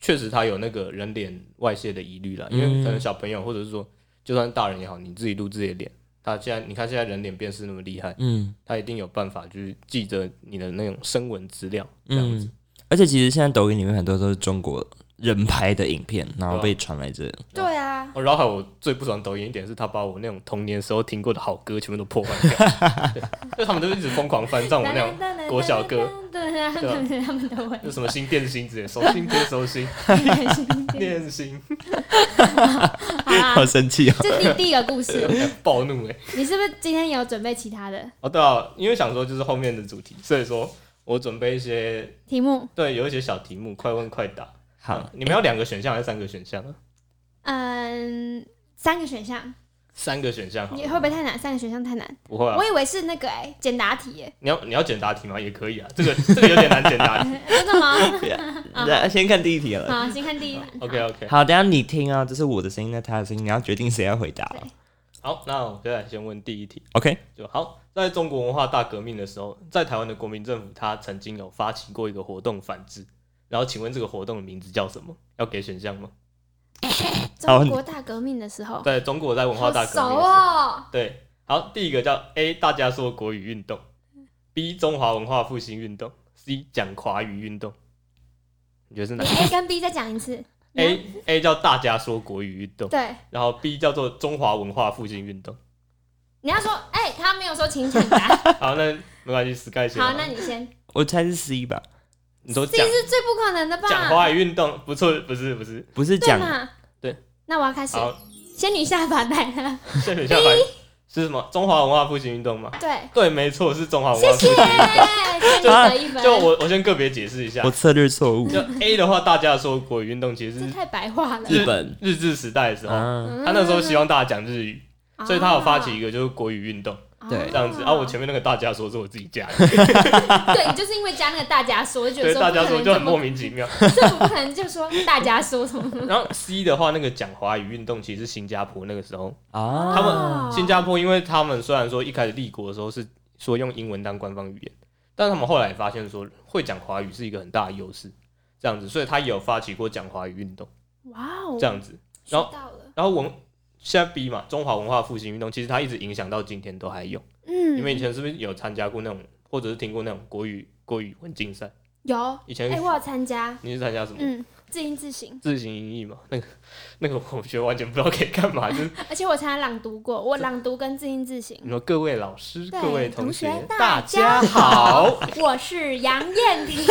Speaker 3: 确实他有那个人脸外泄的疑虑了，因为
Speaker 1: 嗯
Speaker 3: 可能小朋友或者是说，就算大人也好，你自己录自己的脸，他现在你看现在人脸辨识那么厉害，
Speaker 1: 嗯
Speaker 3: 他一定有办法就是记着你的那种声纹资料这样子。
Speaker 1: 嗯？而且其实现在抖音里面很多都是中国人拍的影片，然后
Speaker 3: 啊
Speaker 1: 被传来这。
Speaker 2: 对啊，
Speaker 3: 哦，然后还有我最不爽抖音一点是，他把我那种童年时候听过的好歌全部都破坏掉， 对就他们都一直疯狂翻唱我那种国小歌，
Speaker 2: 对啊，
Speaker 3: 对啊
Speaker 2: 他们的文
Speaker 3: 就什么新电心之类，手心贴手 心，电心
Speaker 2: 好啦
Speaker 1: 好，生气哦！
Speaker 2: 这第第一个故事，
Speaker 3: 暴怒哎、
Speaker 2: 你是不是今天也有准备其他的
Speaker 3: 哦，对啊，因为想说就是后面的主题，所以说我准备一些
Speaker 2: 题目？
Speaker 3: 对有一些小题目，快问快答。
Speaker 2: 啊
Speaker 1: 好
Speaker 3: 嗯，你们要两个选项还是三个选项啊？
Speaker 2: 嗯，三个选项，
Speaker 3: 三个选项好
Speaker 2: 你
Speaker 3: 了，
Speaker 2: 会不会太难？三个选项太难，
Speaker 3: 不会啊
Speaker 2: 我？以为是那个哎，简答题耶，
Speaker 3: 你要你要简答题吗？也可以啊，这个 这个有点难简答 题。
Speaker 2: 真的 吗？
Speaker 1: 那先看第一题了。
Speaker 2: 啊好，先看第一版。
Speaker 3: OK OK，
Speaker 1: 好，等一下你听啊，这是我的声音，那他的声音，你要决定谁要回答
Speaker 2: 对。
Speaker 3: 好，那我现在先问第一题，
Speaker 1: OK，
Speaker 3: 就好。在中国文化大革命的时候，在台湾的国民政府，他曾经有发起过一个活动反制，然后请问这个活动的名字叫什么？要给选项吗？
Speaker 1: 好
Speaker 2: 中国大革命的时候，
Speaker 3: 在中国在文化
Speaker 2: 好
Speaker 3: 大革
Speaker 2: 熟
Speaker 3: 命的时候
Speaker 2: 哦，
Speaker 3: 对，好，第一个叫 A，大家说国语运动；B，中华文化复兴运动；C，讲华语运动。你觉得是 哪
Speaker 2: 你 A 跟 B 再讲一次。
Speaker 3: ？A A 叫大家说国语运动，
Speaker 2: 对，
Speaker 3: 然后 B 叫做中华文化复 兴运动。
Speaker 2: 你要说，哎，他没有说请抢 答。
Speaker 3: 好，那没关系，Sky 先好
Speaker 2: 啊好，
Speaker 3: 了。
Speaker 2: 那你先，
Speaker 1: 我猜是 C 吧，
Speaker 3: 你说
Speaker 2: 这
Speaker 3: 讲
Speaker 2: 是最不可能的吧？
Speaker 3: 讲华语运动，不错，不是不是。
Speaker 1: 不是
Speaker 2: 对
Speaker 1: 讲
Speaker 2: 嘛？
Speaker 3: 对。
Speaker 2: 那我要开始，
Speaker 3: 好，
Speaker 2: 仙女下凡来了。
Speaker 3: 下面下来是什么？中华文化复兴运动吗？
Speaker 2: 对，
Speaker 3: 对，没错，是中华文化
Speaker 2: 谢
Speaker 3: 复兴
Speaker 2: 谢，仙
Speaker 3: 运动。
Speaker 2: 女得一分。
Speaker 3: 就我我先个别解释一下
Speaker 1: 我，策略错误
Speaker 3: 就。A 的话，大家说国语运动其实
Speaker 2: 这
Speaker 3: 是
Speaker 2: 太白话了。
Speaker 1: 日本
Speaker 3: 日治时代的时候，
Speaker 1: 啊，
Speaker 2: 嗯啊
Speaker 3: 他那时候希望大家讲日语，所以他有发起一个就是国语运动
Speaker 2: 哦
Speaker 1: 对
Speaker 3: 这样子。啊，我前面那个大家说是我自己加的，
Speaker 2: 哦对你就是因为加那个大家说，就觉
Speaker 3: 对
Speaker 2: 得
Speaker 3: 大家说就很莫
Speaker 2: 名，
Speaker 3: 名其妙。
Speaker 2: 这不可能就说大家说什么。
Speaker 3: 然后 C 的话，那个讲华语运动其实是新加坡那个时候，
Speaker 1: 啊，
Speaker 3: 他
Speaker 2: 哦
Speaker 3: 们新加坡，因为他们虽然说一开始立国的时候是说用英文当官方语言，但是他们后来发现说会讲华语是一个很大的优势，这样子，所以他也有发起过讲华语运动
Speaker 2: 哇哦，
Speaker 3: 这样子。
Speaker 2: 学
Speaker 3: 然后
Speaker 2: 到了，
Speaker 3: 然后我们现在 B 嘛，中华文化复兴运动，其实它一直影响到今天都还有。你们以
Speaker 2: 嗯，
Speaker 3: 前是不是有参加过那种，或者是听过那种国语国语文竞赛？
Speaker 2: 有，
Speaker 3: 以前、
Speaker 2: 哎，我有参加，
Speaker 3: 你是参加什么？
Speaker 2: 嗯，自音自省，
Speaker 3: 自行音译嘛？那个那个我觉得完全不知道可以干嘛，就是
Speaker 2: 而且我参加朗读过，我朗读跟自音自省
Speaker 3: 你。说各位老师、
Speaker 2: 对
Speaker 3: 各位同
Speaker 2: 同学
Speaker 3: 大
Speaker 2: 大家
Speaker 3: 家好。
Speaker 2: 我是杨艳萍，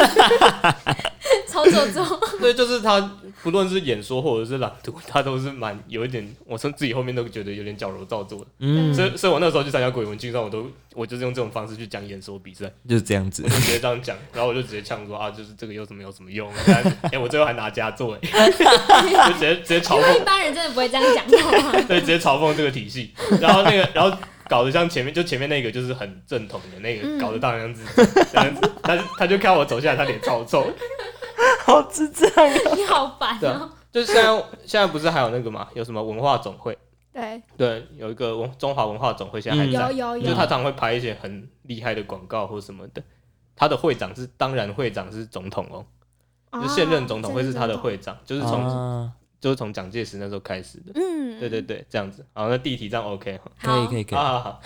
Speaker 2: 超做作，
Speaker 3: 对，就是他不论是演说或者是朗读，他都是蛮有一点，我从自己后面都觉得有点矫揉造作的。
Speaker 1: 嗯，
Speaker 3: 所以，所以我那时候去参加国语文竞赛，我都我就是用这种方式去讲演说比赛，
Speaker 1: 就是这样子
Speaker 3: 我。就直接这样讲，然后我就直接呛说啊，就是这个有什么有什么用？哎、哎我最后还拿佳作，哎，就直接直接嘲
Speaker 2: 因
Speaker 3: 讽
Speaker 2: 为一。般人真的不会这样讲话。
Speaker 3: 对，直接嘲讽这个体系，然后那个，然后搞得像前面就前面那个就是很正统的那个，
Speaker 2: 嗯
Speaker 3: 搞得大样子，这样子，他他就看我走下来，他脸超臭。
Speaker 1: 好智障！
Speaker 2: 你好烦
Speaker 3: 对
Speaker 2: 哦
Speaker 3: 啊、就是现在现在不是还有那个嘛，有什么文化总会？
Speaker 2: 对，
Speaker 3: 对，有一个文中华文化总会现在还
Speaker 1: 嗯
Speaker 3: 在，
Speaker 2: 有有
Speaker 3: 就
Speaker 2: 有，
Speaker 3: 他常会拍一些很厉害的广告或什么的。他的会长是，当然会长是总统哦，就现任总统会是他的会长，就是从、
Speaker 1: 啊，
Speaker 3: 就是从蒋介石那时候开始的。
Speaker 2: 嗯，
Speaker 3: 对对对，这样子。好，那第一题这样 OK 哈。
Speaker 1: 可以可
Speaker 2: 以。
Speaker 1: 以可以，
Speaker 3: 啊，好，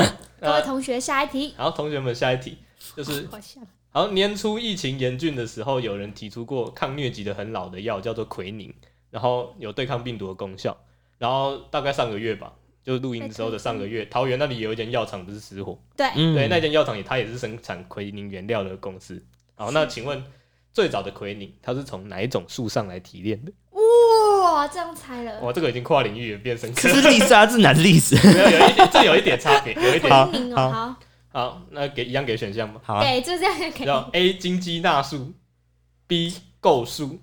Speaker 2: 各位
Speaker 3: 那
Speaker 2: 同学，下一题。
Speaker 3: 然后同学们下一题就是，
Speaker 2: 好像
Speaker 3: 好年初疫情严峻的时候，有人提出过抗疟疾的很老的药叫做奎宁，然后有对抗病毒的功效。然后大概上个月吧，就是录音之后的上个月，桃园那里有一间药厂不是失火，
Speaker 2: 对，
Speaker 1: 嗯，
Speaker 3: 对，那间药厂也它也是生产奎宁原料的公司。好，那请问最早的奎宁它是从哪一种树上来提炼的？
Speaker 2: 哇，这样猜了。
Speaker 3: 哇，这个已经跨领 域也变深刻
Speaker 1: 这，是历史啊，这是哪是历史？
Speaker 3: 没有有一点，这有一点差别，有一点
Speaker 1: 好
Speaker 2: 昆明哦，
Speaker 1: 好
Speaker 2: 好，
Speaker 3: 好，那给一样给选项吧。
Speaker 1: 好啊，
Speaker 2: 给就这样给。
Speaker 3: 叫 A 金鸡纳数，B 构数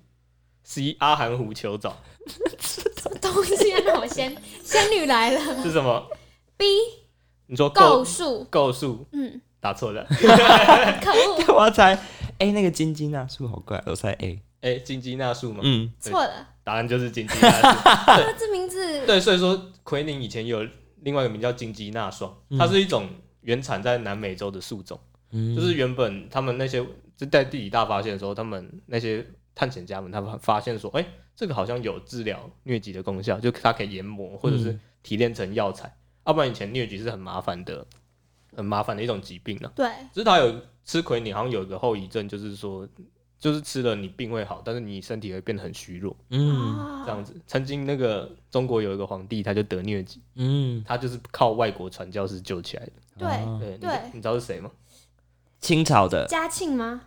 Speaker 3: ，C 阿含糊求藻
Speaker 2: 东西啊，那我 先，仙女来 了
Speaker 3: 是什么？
Speaker 2: ，B
Speaker 3: 你说
Speaker 2: 构
Speaker 3: 构
Speaker 2: 数，
Speaker 3: 构数
Speaker 2: 嗯，
Speaker 3: 打错了。
Speaker 2: 可 恶，
Speaker 1: 我要猜 A 那个啊金鸡纳数好怪，我猜 A。
Speaker 3: A 哎金鸡纳数嘛，
Speaker 1: 嗯，
Speaker 2: 错了，
Speaker 3: 答案就是金鸡纳数。
Speaker 2: 那这名字
Speaker 3: 对，所以说奎宁以前有另外一个名叫金鸡纳霜，
Speaker 1: 嗯
Speaker 3: 它是一种原产在南美洲的树种，
Speaker 1: 就
Speaker 3: 就是原本他们那些就在地理大发现的时候，他们那些探险家们他们发现说，哎、这个好像有治疗疟疾的功效，就它可以研磨或者是
Speaker 1: 嗯
Speaker 3: 提炼成药材，要、不然以前疟疾是很麻烦的，很麻烦的一种疾病呢、
Speaker 2: 对，
Speaker 3: 只是它有吃奎宁好像有一个后遗症，就是说。就是吃了你病会好，但是你身体会变得很虚弱，
Speaker 1: 嗯
Speaker 3: 这样
Speaker 2: 哦，
Speaker 3: 子。曾经那个中国有一个皇帝，他就得疟疾，
Speaker 1: 嗯，
Speaker 3: 他就是靠外国传教士救起来的。
Speaker 2: 对
Speaker 1: 哦
Speaker 3: 对，你知
Speaker 2: 对
Speaker 3: 你知道是谁吗？
Speaker 1: 清朝的，
Speaker 2: 嘉庆吗？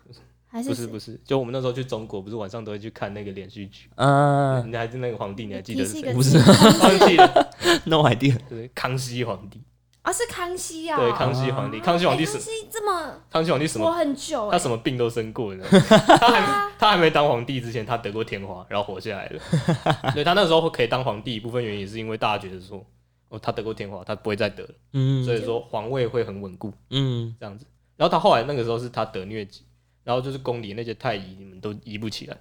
Speaker 2: 还
Speaker 3: 不
Speaker 2: 是
Speaker 3: 是不是，就我们那时候去中国，不是晚上都会去看那个连续剧，
Speaker 1: 嗯
Speaker 3: 你还是那个皇帝，你还记
Speaker 2: 提
Speaker 3: 得
Speaker 2: 示
Speaker 3: 是
Speaker 2: 一个
Speaker 3: 谁？
Speaker 1: 不是
Speaker 2: 字
Speaker 3: 忘记了，
Speaker 1: ，no idea。
Speaker 3: 就是康熙皇帝。
Speaker 2: 哦，是康熙啊，
Speaker 3: 对，康熙皇帝，康熙皇帝
Speaker 2: 哎
Speaker 3: 什
Speaker 2: 康熙这么
Speaker 3: 康熙皇帝什
Speaker 2: 活
Speaker 3: 么？
Speaker 2: 很久
Speaker 3: 他
Speaker 2: 哎，
Speaker 3: 什么病都生过，你知道吗？他
Speaker 2: 对
Speaker 3: 还
Speaker 2: 啊，
Speaker 3: 他还没当皇帝之前，他得过天花，然后活下来了。对他那时候可以当皇帝，一部分原因也是因为大家觉得说，哦，他得过天花，他不会再得了，所
Speaker 1: 嗯
Speaker 3: 以说皇位会很稳固。
Speaker 1: 嗯
Speaker 3: 这样子。然后他后来那个时候是他得疟疾，然后就是宫里那些太医你们都医不起来，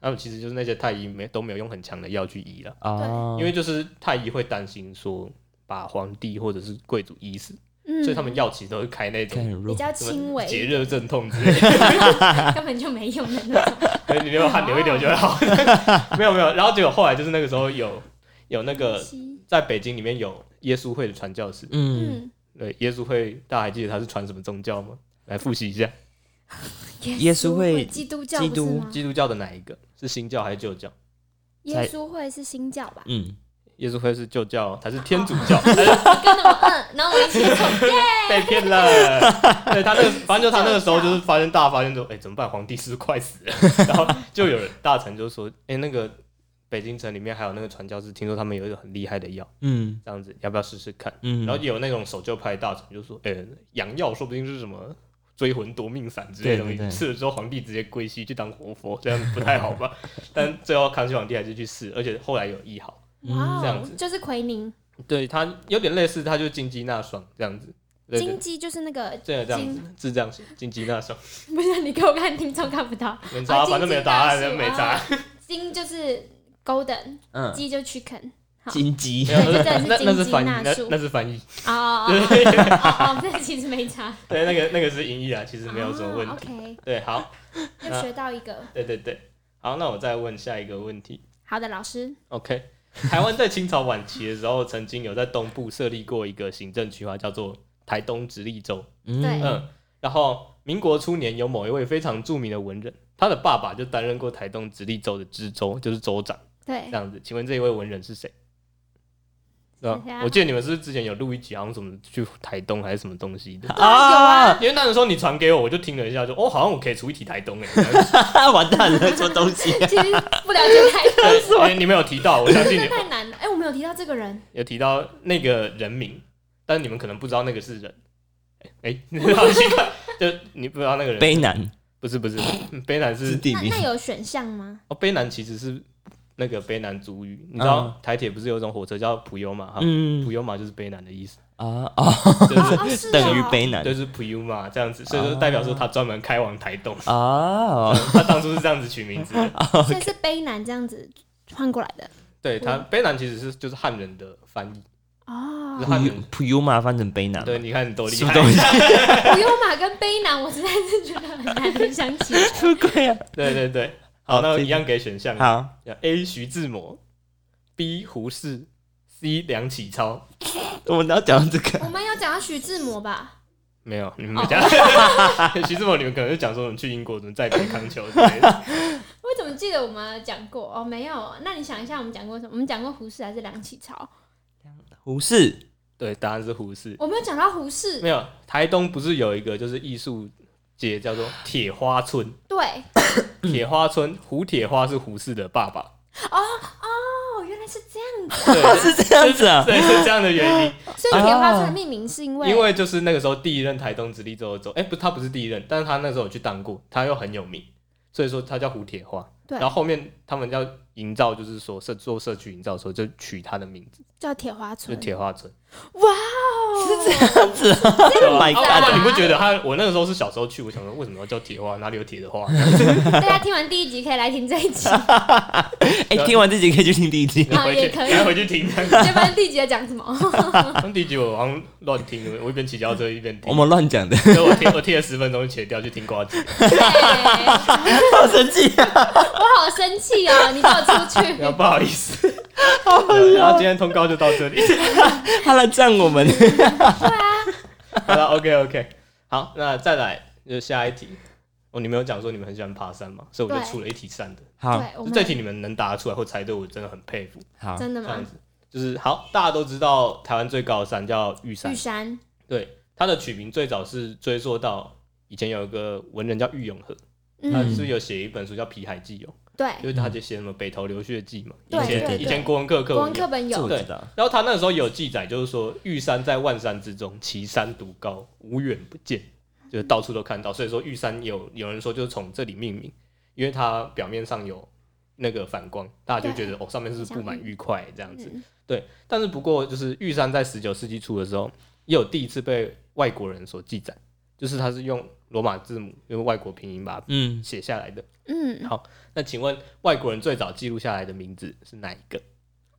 Speaker 3: 他们其实就是那些太医没都没有用很强的药去医了，
Speaker 1: 啊，
Speaker 3: 因为就是太医会担心说把皇帝或者是贵族医死，
Speaker 2: 嗯
Speaker 3: 所以他们药其实都是开那
Speaker 1: 看
Speaker 3: 种
Speaker 1: 很
Speaker 2: 比
Speaker 1: 弱，
Speaker 2: 较
Speaker 3: 什么
Speaker 2: 轻微，
Speaker 3: 解热镇痛之类的，
Speaker 2: 根本就没用的那 种。
Speaker 3: 你流汗流一流就 会好。没有没有，然后结果后来就是那个时候有有 那个在北京里面有耶稣会的传教士，
Speaker 1: 嗯，
Speaker 2: 嗯，
Speaker 3: 对耶稣会大家还记得他是传什么宗教吗？来复习一下，
Speaker 1: 耶稣会
Speaker 2: 基督教
Speaker 1: 基
Speaker 2: 不是
Speaker 1: 督
Speaker 2: 吗？
Speaker 3: 基督教的哪一个是新教还是旧教？
Speaker 2: 耶稣会是新教 吧？
Speaker 1: 嗯，
Speaker 3: 耶稣会是旧教还是天主教？哎呀
Speaker 2: 跟着我，嗯，然后我一起走。
Speaker 3: 被骗了。对他那个，反正就他那个时候就是发现大家发现说，哎、怎么办？皇帝是不是快死 了？然后就有人大臣就说，哎、那个北京城里面还有那个传教士，听说他们有一种很厉害的药，
Speaker 1: 嗯
Speaker 3: 这样子要不要试试看？
Speaker 1: 嗯，
Speaker 3: 然后也有那种守旧派大臣就说，哎、洋药说不定是什么。追魂夺命散之类的东
Speaker 1: 对对对
Speaker 3: 西，吃了之后皇帝直接归西去当活佛，这样不太好 吧？但最后康熙皇帝还是去试，而且后来有医好。
Speaker 2: 哇
Speaker 3: 嗯这
Speaker 2: 哦
Speaker 3: 样子，
Speaker 2: 就是奎宁，
Speaker 3: 对，它有点类似，它就是金鸡纳爽这样子，对对
Speaker 2: 金，鸡就是那个，
Speaker 3: 这样这样子是这样写，金 鸡纳爽，
Speaker 2: 不是你给我看，听众看不到。
Speaker 3: 没查，反正没有答
Speaker 2: 啊
Speaker 3: 案，
Speaker 2: 金鸡
Speaker 3: 没
Speaker 2: 纳爽
Speaker 3: 查。
Speaker 2: 金就是 golden，
Speaker 1: 嗯，
Speaker 2: 鸡就 chicken。好
Speaker 1: 金鸡。
Speaker 3: 没有那
Speaker 2: 对这真的
Speaker 3: 那
Speaker 2: 是
Speaker 3: 那是
Speaker 2: 金鸡
Speaker 3: 翻译，
Speaker 2: 纳
Speaker 3: 那
Speaker 2: 爽
Speaker 3: 那是翻译，
Speaker 2: 哦哦
Speaker 3: 对
Speaker 2: 哦 哦哦，这其实没差，
Speaker 3: 对，那个那个是音译啊，其实没有什么问
Speaker 2: 啊
Speaker 3: 题。
Speaker 2: OK，
Speaker 3: 对，好，
Speaker 2: 又学到一个
Speaker 3: 对对对，好，那我再问下一个问题。
Speaker 2: 好的老师。
Speaker 3: OK，台湾在清朝晚期的时候，曾经有在东部设立过一个行政区划，叫做台东直隶州。
Speaker 2: 对
Speaker 3: 嗯，然后民国初年有某一位非常著名的文人，他的爸爸就担任过台东直隶州的知州，就是州长
Speaker 2: 对
Speaker 3: 这，样子。请问这一位文人是谁？是吧
Speaker 2: 谁啊
Speaker 3: 我记得你们是不是之前有录一集，好像什么去台东还是什么东西的
Speaker 2: 啊
Speaker 1: 啊，
Speaker 3: 因为那时候你传给我，我就听了一下，就哦，好像我可以出一题台东哎、这样子
Speaker 1: 啊完蛋了，什么东西？啊
Speaker 2: 其实不了解太 多，
Speaker 3: 对因为你们有提到，我相信
Speaker 2: 真
Speaker 3: 你
Speaker 2: 的
Speaker 3: 们
Speaker 2: 太难了。哎，我没有提到这个人，
Speaker 3: 有提到那个人名，但是你们可能不知道那个是人。哎、 你好奇怪，就你不知道那个人，
Speaker 1: 卑南
Speaker 3: 不是不是，嗯卑南
Speaker 1: 是
Speaker 3: 是
Speaker 1: 地
Speaker 2: 那
Speaker 1: 名
Speaker 2: 那，有选项 吗？
Speaker 3: 哦，卑南其实是那个卑南族语，你知道台铁不是有一种火车叫普悠玛哈？普
Speaker 1: 嗯
Speaker 3: 悠玛就是卑南的意思，
Speaker 1: 啊啊，
Speaker 3: 就 是
Speaker 2: 哦，是
Speaker 1: 等于
Speaker 2: 哦
Speaker 1: 卑南
Speaker 3: 就是普悠玛这样子，所以说代表说他专门开往台东，
Speaker 1: 啊，
Speaker 3: 他当初是这样子取名字的。
Speaker 2: 所 以是卑南这样子换过来的
Speaker 3: 对他卑南其实是就是汉人的翻译，
Speaker 2: 哦
Speaker 3: 是。
Speaker 1: 普
Speaker 3: 汉
Speaker 1: 悠
Speaker 3: 人。
Speaker 1: 普悠玛翻成卑南，
Speaker 3: 对，你看你多厉
Speaker 1: 什么
Speaker 3: 害。
Speaker 1: 东 西？
Speaker 2: 普悠玛跟卑南，我实在是觉得很难联想 起来。
Speaker 1: 什么鬼啊？
Speaker 3: 对对对，好，
Speaker 1: 好
Speaker 3: 那
Speaker 1: 这
Speaker 3: 一样给选项
Speaker 1: 好，
Speaker 3: ：A. 徐志摩，B. 胡适，C. 梁启超。
Speaker 1: 我们要讲到这个
Speaker 2: 我们有讲到徐志摩吧？
Speaker 3: 没有，你们没讲。 徐志摩，你们可能是讲说你们去英国怎么再也别康球之类的。
Speaker 2: 我怎么记得我们有讲过？哦，没有。那你想一下，我们讲过什么？我们讲过胡适还是梁启超？
Speaker 1: 胡适，
Speaker 3: 对，答案是胡适。
Speaker 2: 我没有讲到胡适
Speaker 3: 没。有，台东不是有一个就是艺术节叫做铁花村？
Speaker 2: 对，
Speaker 3: 铁花村，胡铁花是胡适的爸爸，
Speaker 2: 哦，原来是这样
Speaker 3: 对，
Speaker 1: 是这样子啊。
Speaker 3: 对，是这样的原 因，
Speaker 2: 所以铁花村的命名是因为
Speaker 3: 因为就是那个时候第一任台东直立州的州，哎、不，他不是第一任，但是他那时候有去当过，他又很有名，所以说他叫胡铁花。
Speaker 2: 对
Speaker 3: 然后后面他们要营造，就是说社做社区营造的时候，就取他的名字，
Speaker 2: 叫铁花
Speaker 3: 就
Speaker 2: 村
Speaker 3: 是。铁花村。
Speaker 2: 哇哦，是这样，
Speaker 3: 对吧
Speaker 1: My God
Speaker 3: 啊你不觉得他？我那个时候是小时候去，我想说为什么要叫铁花？哪里有铁的花？
Speaker 2: 大家啊听完第一集可以来听这一集，
Speaker 1: 哎、
Speaker 3: 啊
Speaker 1: 听完这集可以去听第一集。
Speaker 3: 然后回去，
Speaker 2: 啊也可以
Speaker 3: 然后回去听。
Speaker 2: 要不然第一集在讲什 么？
Speaker 3: 那第一集我好像乱听，我一边骑脚踏车一边听
Speaker 1: 我，们乱讲 的，
Speaker 3: 所以我听我听了十分钟就切掉去听瓜 子。
Speaker 2: 对
Speaker 1: 好生气啊！
Speaker 2: 我好生气哦！你给我出 去！
Speaker 3: 然后不好意思，对然后今天通告就到这里。
Speaker 1: 他来赞我们，
Speaker 3: 好了，OK OK，好，那再来就是下一题。哦，你们有讲说你们很喜欢爬山嘛，所以我就
Speaker 2: 对
Speaker 3: 出了一题山的。
Speaker 1: 好
Speaker 2: 对，我
Speaker 3: 就这
Speaker 2: 们嗯
Speaker 3: 题你们能答得出来或猜对，我真的很佩服。
Speaker 1: 好，
Speaker 2: 真的
Speaker 3: 这样
Speaker 2: 吗？
Speaker 3: 子就是好，大家都知道台湾最高的山叫玉山
Speaker 2: 玉，山，
Speaker 3: 对，它的取名最早是追溯到以前有一个文人叫郁永和，他是
Speaker 2: 嗯，
Speaker 3: 不是有写一本书叫《皮海纪游》，
Speaker 2: 对，
Speaker 3: 就是他就写什么北投流血记嘛，以
Speaker 2: 对
Speaker 1: 对对
Speaker 3: 前以前国文课课
Speaker 2: 国
Speaker 3: 文
Speaker 2: 文课
Speaker 3: 有。
Speaker 2: 本
Speaker 1: 这
Speaker 2: 有
Speaker 1: 我知道。
Speaker 3: 然后他那时候有记载，就是说玉山在万山之中，其山独高，无远不见，就是到处都看到。所以说玉山有有人说就是从这里命名，因为它表面上有那个反光，大家就觉得哦上面是不是布满玉块这样子。
Speaker 2: 嗯
Speaker 3: 对，但是不过就是玉山在十九世纪初的时候，也有第一次被外国人所记载，就是它是用罗马字母，用外国拼音把它
Speaker 1: 嗯，
Speaker 3: 写下来的。
Speaker 2: 嗯，
Speaker 3: 那请问外国人最早记录下来的名字是哪一个？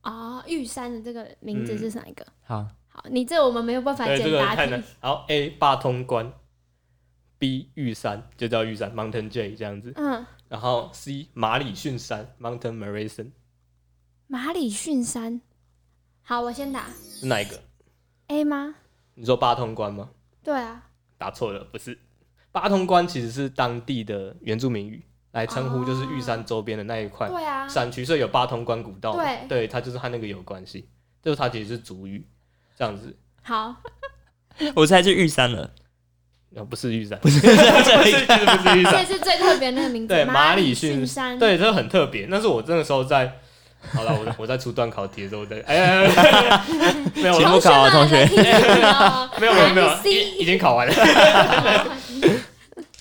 Speaker 2: 哦，玉山的这个名字是哪一个？
Speaker 1: 好，
Speaker 2: 好，你这我们没有办法
Speaker 3: 嗯对，这
Speaker 2: 简
Speaker 3: 个
Speaker 2: 答
Speaker 3: 太
Speaker 2: 题
Speaker 3: 难。。好，A 八通关，B 玉山就叫玉山 Mountain J 这样子，
Speaker 2: 嗯，
Speaker 3: 然后 C 马里逊山 Mountain Marison
Speaker 2: 马里逊山。好，我先打
Speaker 3: 是哪一个？
Speaker 2: A 吗？
Speaker 3: 你说八通关吗？
Speaker 2: 对啊，
Speaker 3: 答错了，不是。八通关其实是当地的原住民语来称呼，就是玉山周边的那一块
Speaker 2: 哦对啊，
Speaker 3: 山区，所以有八通关古道嘛。
Speaker 2: 对
Speaker 3: 对，它就是和那个有关系，就是它其实是族语这样子，
Speaker 2: 好，
Speaker 1: 我猜是玉山了。
Speaker 3: 呃，不是玉山，不是， 不是，其实不是玉山
Speaker 2: 这，是最特别的那个名字。
Speaker 3: 对
Speaker 2: 马
Speaker 3: 马
Speaker 2: 里
Speaker 3: 里
Speaker 2: 逊
Speaker 3: 逊
Speaker 2: 山。
Speaker 3: 对，这个很特别。那是我那时候在，好了，我我在出段考题的时候在， 哎哎，哎哎哎没有
Speaker 1: 节
Speaker 3: 没
Speaker 1: 目考啊同学
Speaker 3: 有哦没有没有，
Speaker 2: C
Speaker 3: 已已经考完了。
Speaker 2: 哦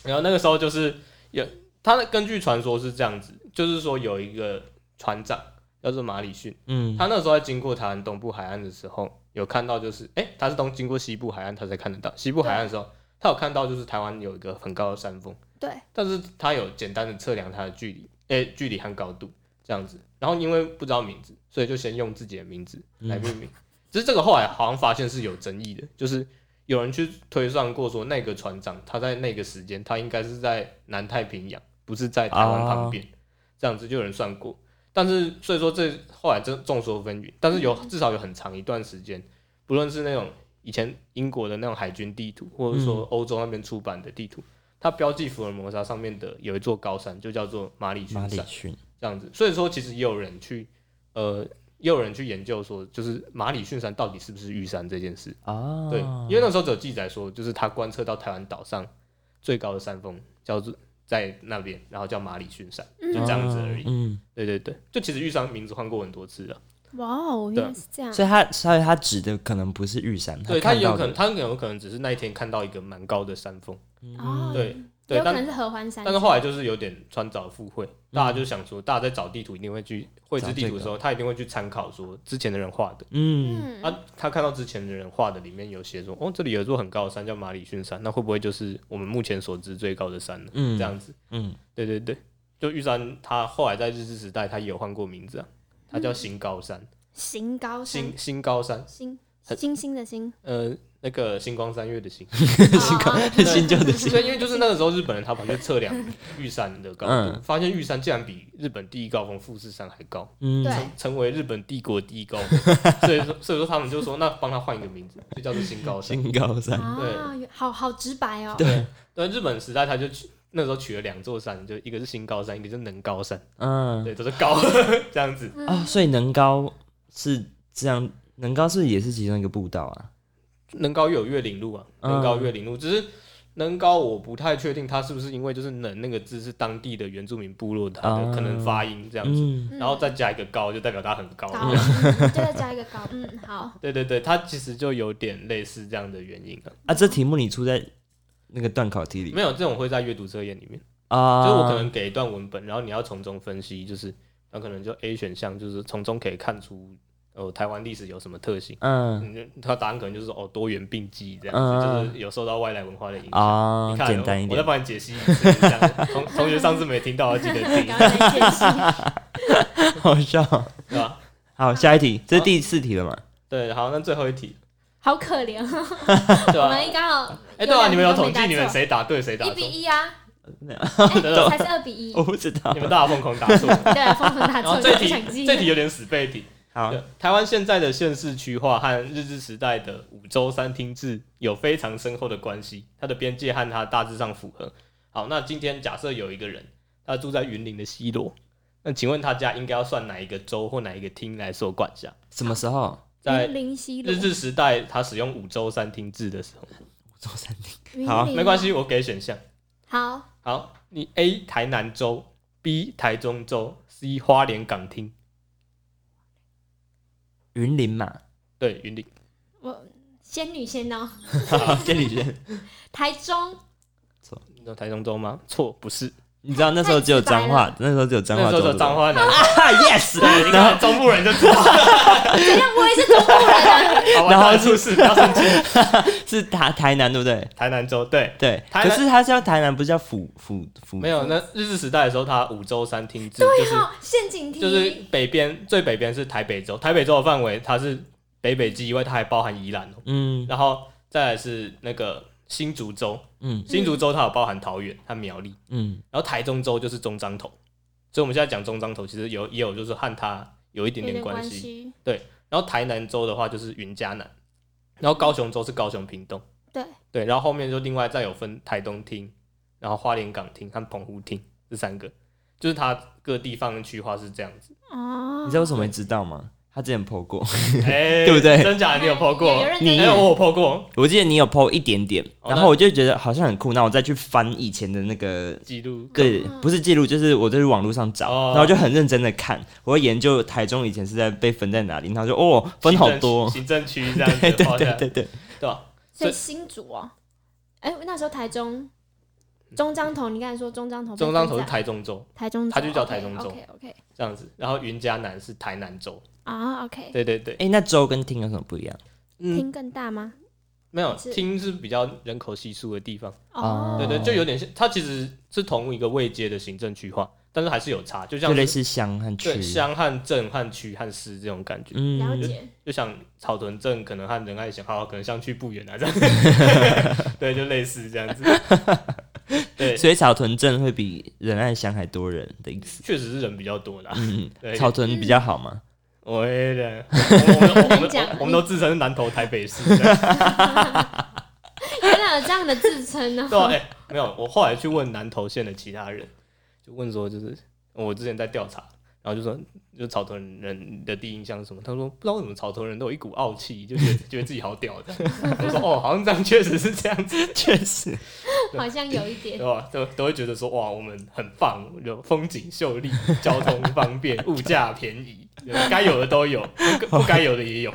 Speaker 3: 然后那个时候就是有他的根据传说是这样子，就是说有一个船长叫做马里逊，
Speaker 1: 嗯，
Speaker 3: 他那时候在经过台湾东部海岸的时候，有看到就是，哎、他是东经过西部海岸，他才看得到西部海岸的时候，他有看到就是台湾有一个很高的山峰。
Speaker 2: 对，
Speaker 3: 但是他有简单的测量它的距离，诶、距离和高度这样子。然后因为不知道名字，所以就先用自己的名字来命名。只是这个后来好像发现是有争议的，就是有人去推算过说，那个船长他在那个时间，他应该是在南太平洋，不是在台湾旁边，这样子就有人算过。但是所以说这后来真众说纷纭，但是有至少有很长一段时间，不论是那种以前英国的那种海军地图，或者说欧洲那边出版的地图，它标记福尔摩沙上面的有一座高山，就叫做马里逊
Speaker 1: 马里
Speaker 3: 山，
Speaker 1: 逊，
Speaker 3: 这样子。所以说，其实也有人去，呃，也有人去研究说，就是马里逊山到底是不是玉山这件事。
Speaker 1: 哦，
Speaker 3: 对，因为那时候只有记载说，就是他观测到台湾岛上最高的山峰叫做在那边，然后叫马里逊山，就这样子而已。
Speaker 1: 嗯，
Speaker 3: 对对对，就其实玉山名字换过很多次了。
Speaker 2: 哇哦，原来是这样。
Speaker 1: 嗯所以他，所以他指的可能不是玉山，
Speaker 3: 对，他
Speaker 1: 看
Speaker 3: 也有
Speaker 1: 到
Speaker 3: 可
Speaker 1: 的
Speaker 3: 能，他有可能只是那一天看到一个蛮高的山峰。
Speaker 2: 哦，
Speaker 3: 嗯对
Speaker 2: 有
Speaker 3: 对，
Speaker 2: 可
Speaker 3: 但
Speaker 2: 能是合欢山。
Speaker 3: 但是后来就是有点穿凿附会，
Speaker 1: 嗯
Speaker 3: 大家就想说，大家在找地图一定会去绘制地图的时候，他一定会去参考说之前的人画的。
Speaker 1: 嗯，
Speaker 2: 嗯，
Speaker 3: 啊，他看到之前的人画的里面有写说，哦，这里有一座很高的山叫马里逊山，那会不会就是我们目前所知最高的山呢？
Speaker 1: 嗯
Speaker 3: 这样子，
Speaker 1: 嗯，
Speaker 3: 对对对，就玉山，它后来在日治时代，它也有换过名字啊，它叫新高山，
Speaker 2: 行高山
Speaker 3: 新，新高山，
Speaker 2: 星星星的星，哦
Speaker 3: 呃，那个星光三月的 星，
Speaker 2: 行高
Speaker 1: 新旧的
Speaker 3: 对，因为就是那个时候日本人他跑去测量玉山的高度，
Speaker 1: 嗯
Speaker 3: 发现玉山竟然比日本第一高峰富士山还高，
Speaker 1: 嗯，
Speaker 2: 对
Speaker 3: 成为日本帝国第一高 峰，所以说所以说他们就说那帮他换一个名字，就叫做新高山。
Speaker 1: 嗯新高山，
Speaker 2: 啊，
Speaker 3: 对
Speaker 2: 好好直白哦。
Speaker 1: 对，
Speaker 3: 对，日本时代他就取那时候取了两座山，就一个是新高山，一个是能高山，
Speaker 2: 啊
Speaker 1: 嗯，
Speaker 3: 对，都是高 这样子。
Speaker 1: 啊，所以能高是这样，能高是也是其中一个步道啊，
Speaker 3: 能高有月岭路啊，
Speaker 1: 嗯
Speaker 3: 能高月岭路，只是能高我不太确定他是不是因为就是能那个字是当地的原住民部落他
Speaker 1: 啊
Speaker 3: 的可能发音这样子，
Speaker 1: 嗯，
Speaker 2: 嗯
Speaker 3: 然后再加一个高就代表他很高。
Speaker 2: 高，嗯再加一个高，嗯，好，
Speaker 3: 对对对，他其实就有点类似这样的原因啊。
Speaker 1: 啊，这题目你出在那个段考题里
Speaker 3: 没有这种会在阅读测验里面，
Speaker 1: 啊，
Speaker 3: 就是我可能给一段文本，然后你要从中分析，就是那可能就 A 选项就是从中可以看出哦台湾历史有什么特性。
Speaker 1: 嗯
Speaker 3: 你就他答案可能就是哦多元并济这样子，
Speaker 1: 嗯
Speaker 3: 就是有受到外来文化的影响。
Speaker 1: 啊
Speaker 3: 你，看哦
Speaker 1: 简单一
Speaker 3: 我再
Speaker 1: 点，
Speaker 3: 帮你解析一次。这样同 同学上次没听到，要记得听，
Speaker 2: 刚才解释，
Speaker 1: 好笑。
Speaker 3: 对吧？
Speaker 1: 好，下一题，这是第四题了嘛？
Speaker 3: 对，好，那最后一 题，
Speaker 2: 好可怜哦，
Speaker 3: 对
Speaker 2: 我
Speaker 3: 吧？
Speaker 2: 们刚好
Speaker 3: 哎，对啊，你们
Speaker 2: 两个
Speaker 3: 有
Speaker 2: 都
Speaker 3: 统
Speaker 2: 没
Speaker 3: 计
Speaker 2: 答
Speaker 3: 你们
Speaker 2: 错
Speaker 3: 谁答对谁答
Speaker 2: 一
Speaker 3: 错
Speaker 2: 比？一啊，
Speaker 1: 没有
Speaker 2: 哎才是二比一
Speaker 1: 我，不知道
Speaker 3: 你。们大疯狂答 错。
Speaker 2: 对，疯狂打
Speaker 3: 然后
Speaker 2: 错，
Speaker 3: 这
Speaker 2: 不
Speaker 3: 题
Speaker 2: 想记
Speaker 3: 这题有点死背题。
Speaker 1: 好，
Speaker 3: 对台湾现在的县市区划和日治时代的五州三厅制有非常深厚的关系，它的边界和它大致上符合。好，那今天假设有一个人，他住在云林的西罗，那请问他家应该要算哪一个州或哪一个厅来受管辖？
Speaker 1: 什么时候？
Speaker 3: 在
Speaker 2: 云林西路
Speaker 3: 日，治时代，他使用五州三厅制的时候，
Speaker 1: 周三题。
Speaker 2: 云
Speaker 1: 好
Speaker 2: 林啊
Speaker 3: 没关系，我给选项。
Speaker 2: 好，
Speaker 3: 好，你 A 台南州，B 台中州，C 花莲港厅。
Speaker 1: 云林嘛，
Speaker 3: 对，云林。
Speaker 2: 我仙女先哦，
Speaker 1: 这里人，
Speaker 2: 台中
Speaker 3: 你说台中州吗？错，不是。
Speaker 1: 你知道那时候只有脏话，那时候只有脏
Speaker 3: 那
Speaker 1: 话，
Speaker 3: 时候
Speaker 1: 州
Speaker 3: 的彰化人，
Speaker 1: 哈 yes，
Speaker 3: 你
Speaker 1: 然后
Speaker 3: 看中部人就知道。
Speaker 2: 怎样？我也是中部人啊，
Speaker 3: 好吧
Speaker 1: 然后
Speaker 3: 大家出事，不要生气。
Speaker 1: 是台台南对不对？
Speaker 3: 台南州对，
Speaker 1: 对，
Speaker 3: 台
Speaker 1: 可
Speaker 3: 南
Speaker 1: 是他是要台南，不是叫府府府？
Speaker 3: 没有那日治时代的时候，它五州三厅制就是
Speaker 2: 陷阱题，
Speaker 3: 就是北边最北边是台北州，台北州的范围它是北北基以外，它还包含宜兰哦、
Speaker 1: 嗯
Speaker 3: 然后再来是那个新竹州，
Speaker 1: 嗯
Speaker 3: 新竹州它有包含桃园和苗栗，
Speaker 1: 嗯
Speaker 3: 然后台中州就是中彰投，所以我们现在讲中彰投其实有也有就是和它有一点
Speaker 2: 有点
Speaker 3: 点
Speaker 2: 关
Speaker 3: 关系。
Speaker 2: 系，
Speaker 3: 然后台南州的话就是云嘉南，然后高雄州是高雄屏东，
Speaker 2: 对
Speaker 3: 对，然后后面就另外再有分台东厅，然后花莲港厅和澎湖厅这三个，就是它各地方区划是这样 子，
Speaker 2: 哦
Speaker 1: 你知道为什么会知道吗？他之前 PO 过，
Speaker 3: 哎、
Speaker 1: 对不对
Speaker 3: 真假的你有剖过？
Speaker 2: 有
Speaker 3: 哎、
Speaker 2: 认真
Speaker 1: 你
Speaker 2: 有
Speaker 3: 我有剖过
Speaker 1: 我记得你有 PO 一点点，
Speaker 3: 哦
Speaker 1: 然后我就觉得好像很酷，那我再去翻以前的那个。
Speaker 3: 记录，
Speaker 1: 对，不是记录，就是我在网络上找，
Speaker 3: 哦
Speaker 1: 然后就很认真的看，我会研究台中以前是在被分在哪里，然后就哦分好多，
Speaker 3: 行政区行政区这
Speaker 1: 对
Speaker 3: 样
Speaker 1: 对
Speaker 3: 子划下来，
Speaker 1: 对对对，
Speaker 3: 哦对啊吧？
Speaker 2: 所以新竹哦，哎，那时候台中中彰投，你刚才说中彰投被
Speaker 3: 中
Speaker 2: 分在，
Speaker 3: 彰投是台中州
Speaker 2: 台中，
Speaker 3: 它就叫台中州
Speaker 2: ，OK OK
Speaker 3: 这样子，然后云嘉南是台南州，
Speaker 2: 啊，OK，
Speaker 3: 对对对，
Speaker 1: 哎，那州跟厅有什么不一样？
Speaker 3: 嗯，
Speaker 2: 厅更大吗？
Speaker 3: 没有
Speaker 2: 是
Speaker 3: 厅是比较人口稀疏的地方。
Speaker 1: 哦
Speaker 3: 对对，就有点像，它其实是同一个位阶的行政区划，但是还是有差，就
Speaker 1: 就
Speaker 3: 像
Speaker 1: 类
Speaker 3: 是
Speaker 1: 似乡和区
Speaker 3: 对，乡和镇和区和市这种感觉，
Speaker 2: 了
Speaker 1: 嗯，
Speaker 2: 解，
Speaker 3: 就像草屯镇可能和仁爱乡，好，可能相去不远啊，这样， 对，就类似这样子，对，
Speaker 1: 所以草屯镇会比仁爱乡还多人的意思。
Speaker 3: 确实是人比较多啦。
Speaker 1: 嗯，
Speaker 3: 对
Speaker 1: 草屯比较好吗？
Speaker 3: 我也 得，我们我们我
Speaker 2: 难
Speaker 3: 们
Speaker 2: 讲
Speaker 3: 嗯我们都自称是南投台北市，这样
Speaker 2: 原来有这样的自称呢，
Speaker 3: 对啊，哎，没有，我后来去问南投县的其他人，就问说，就是我之前在调查，然后就说，就草屯人的第一印象是什么？他说不知道为什么草屯人都有一股傲气，就觉得觉得自己好屌的。我说哦，好像这样确实是这样子，
Speaker 1: 确实，
Speaker 2: 好像有一
Speaker 3: 对
Speaker 2: 点，
Speaker 3: 吧？都都会觉得说哇，我们很棒，就风景秀丽，交通方便，物价便宜，对吧该有的都有，不不该有的也有。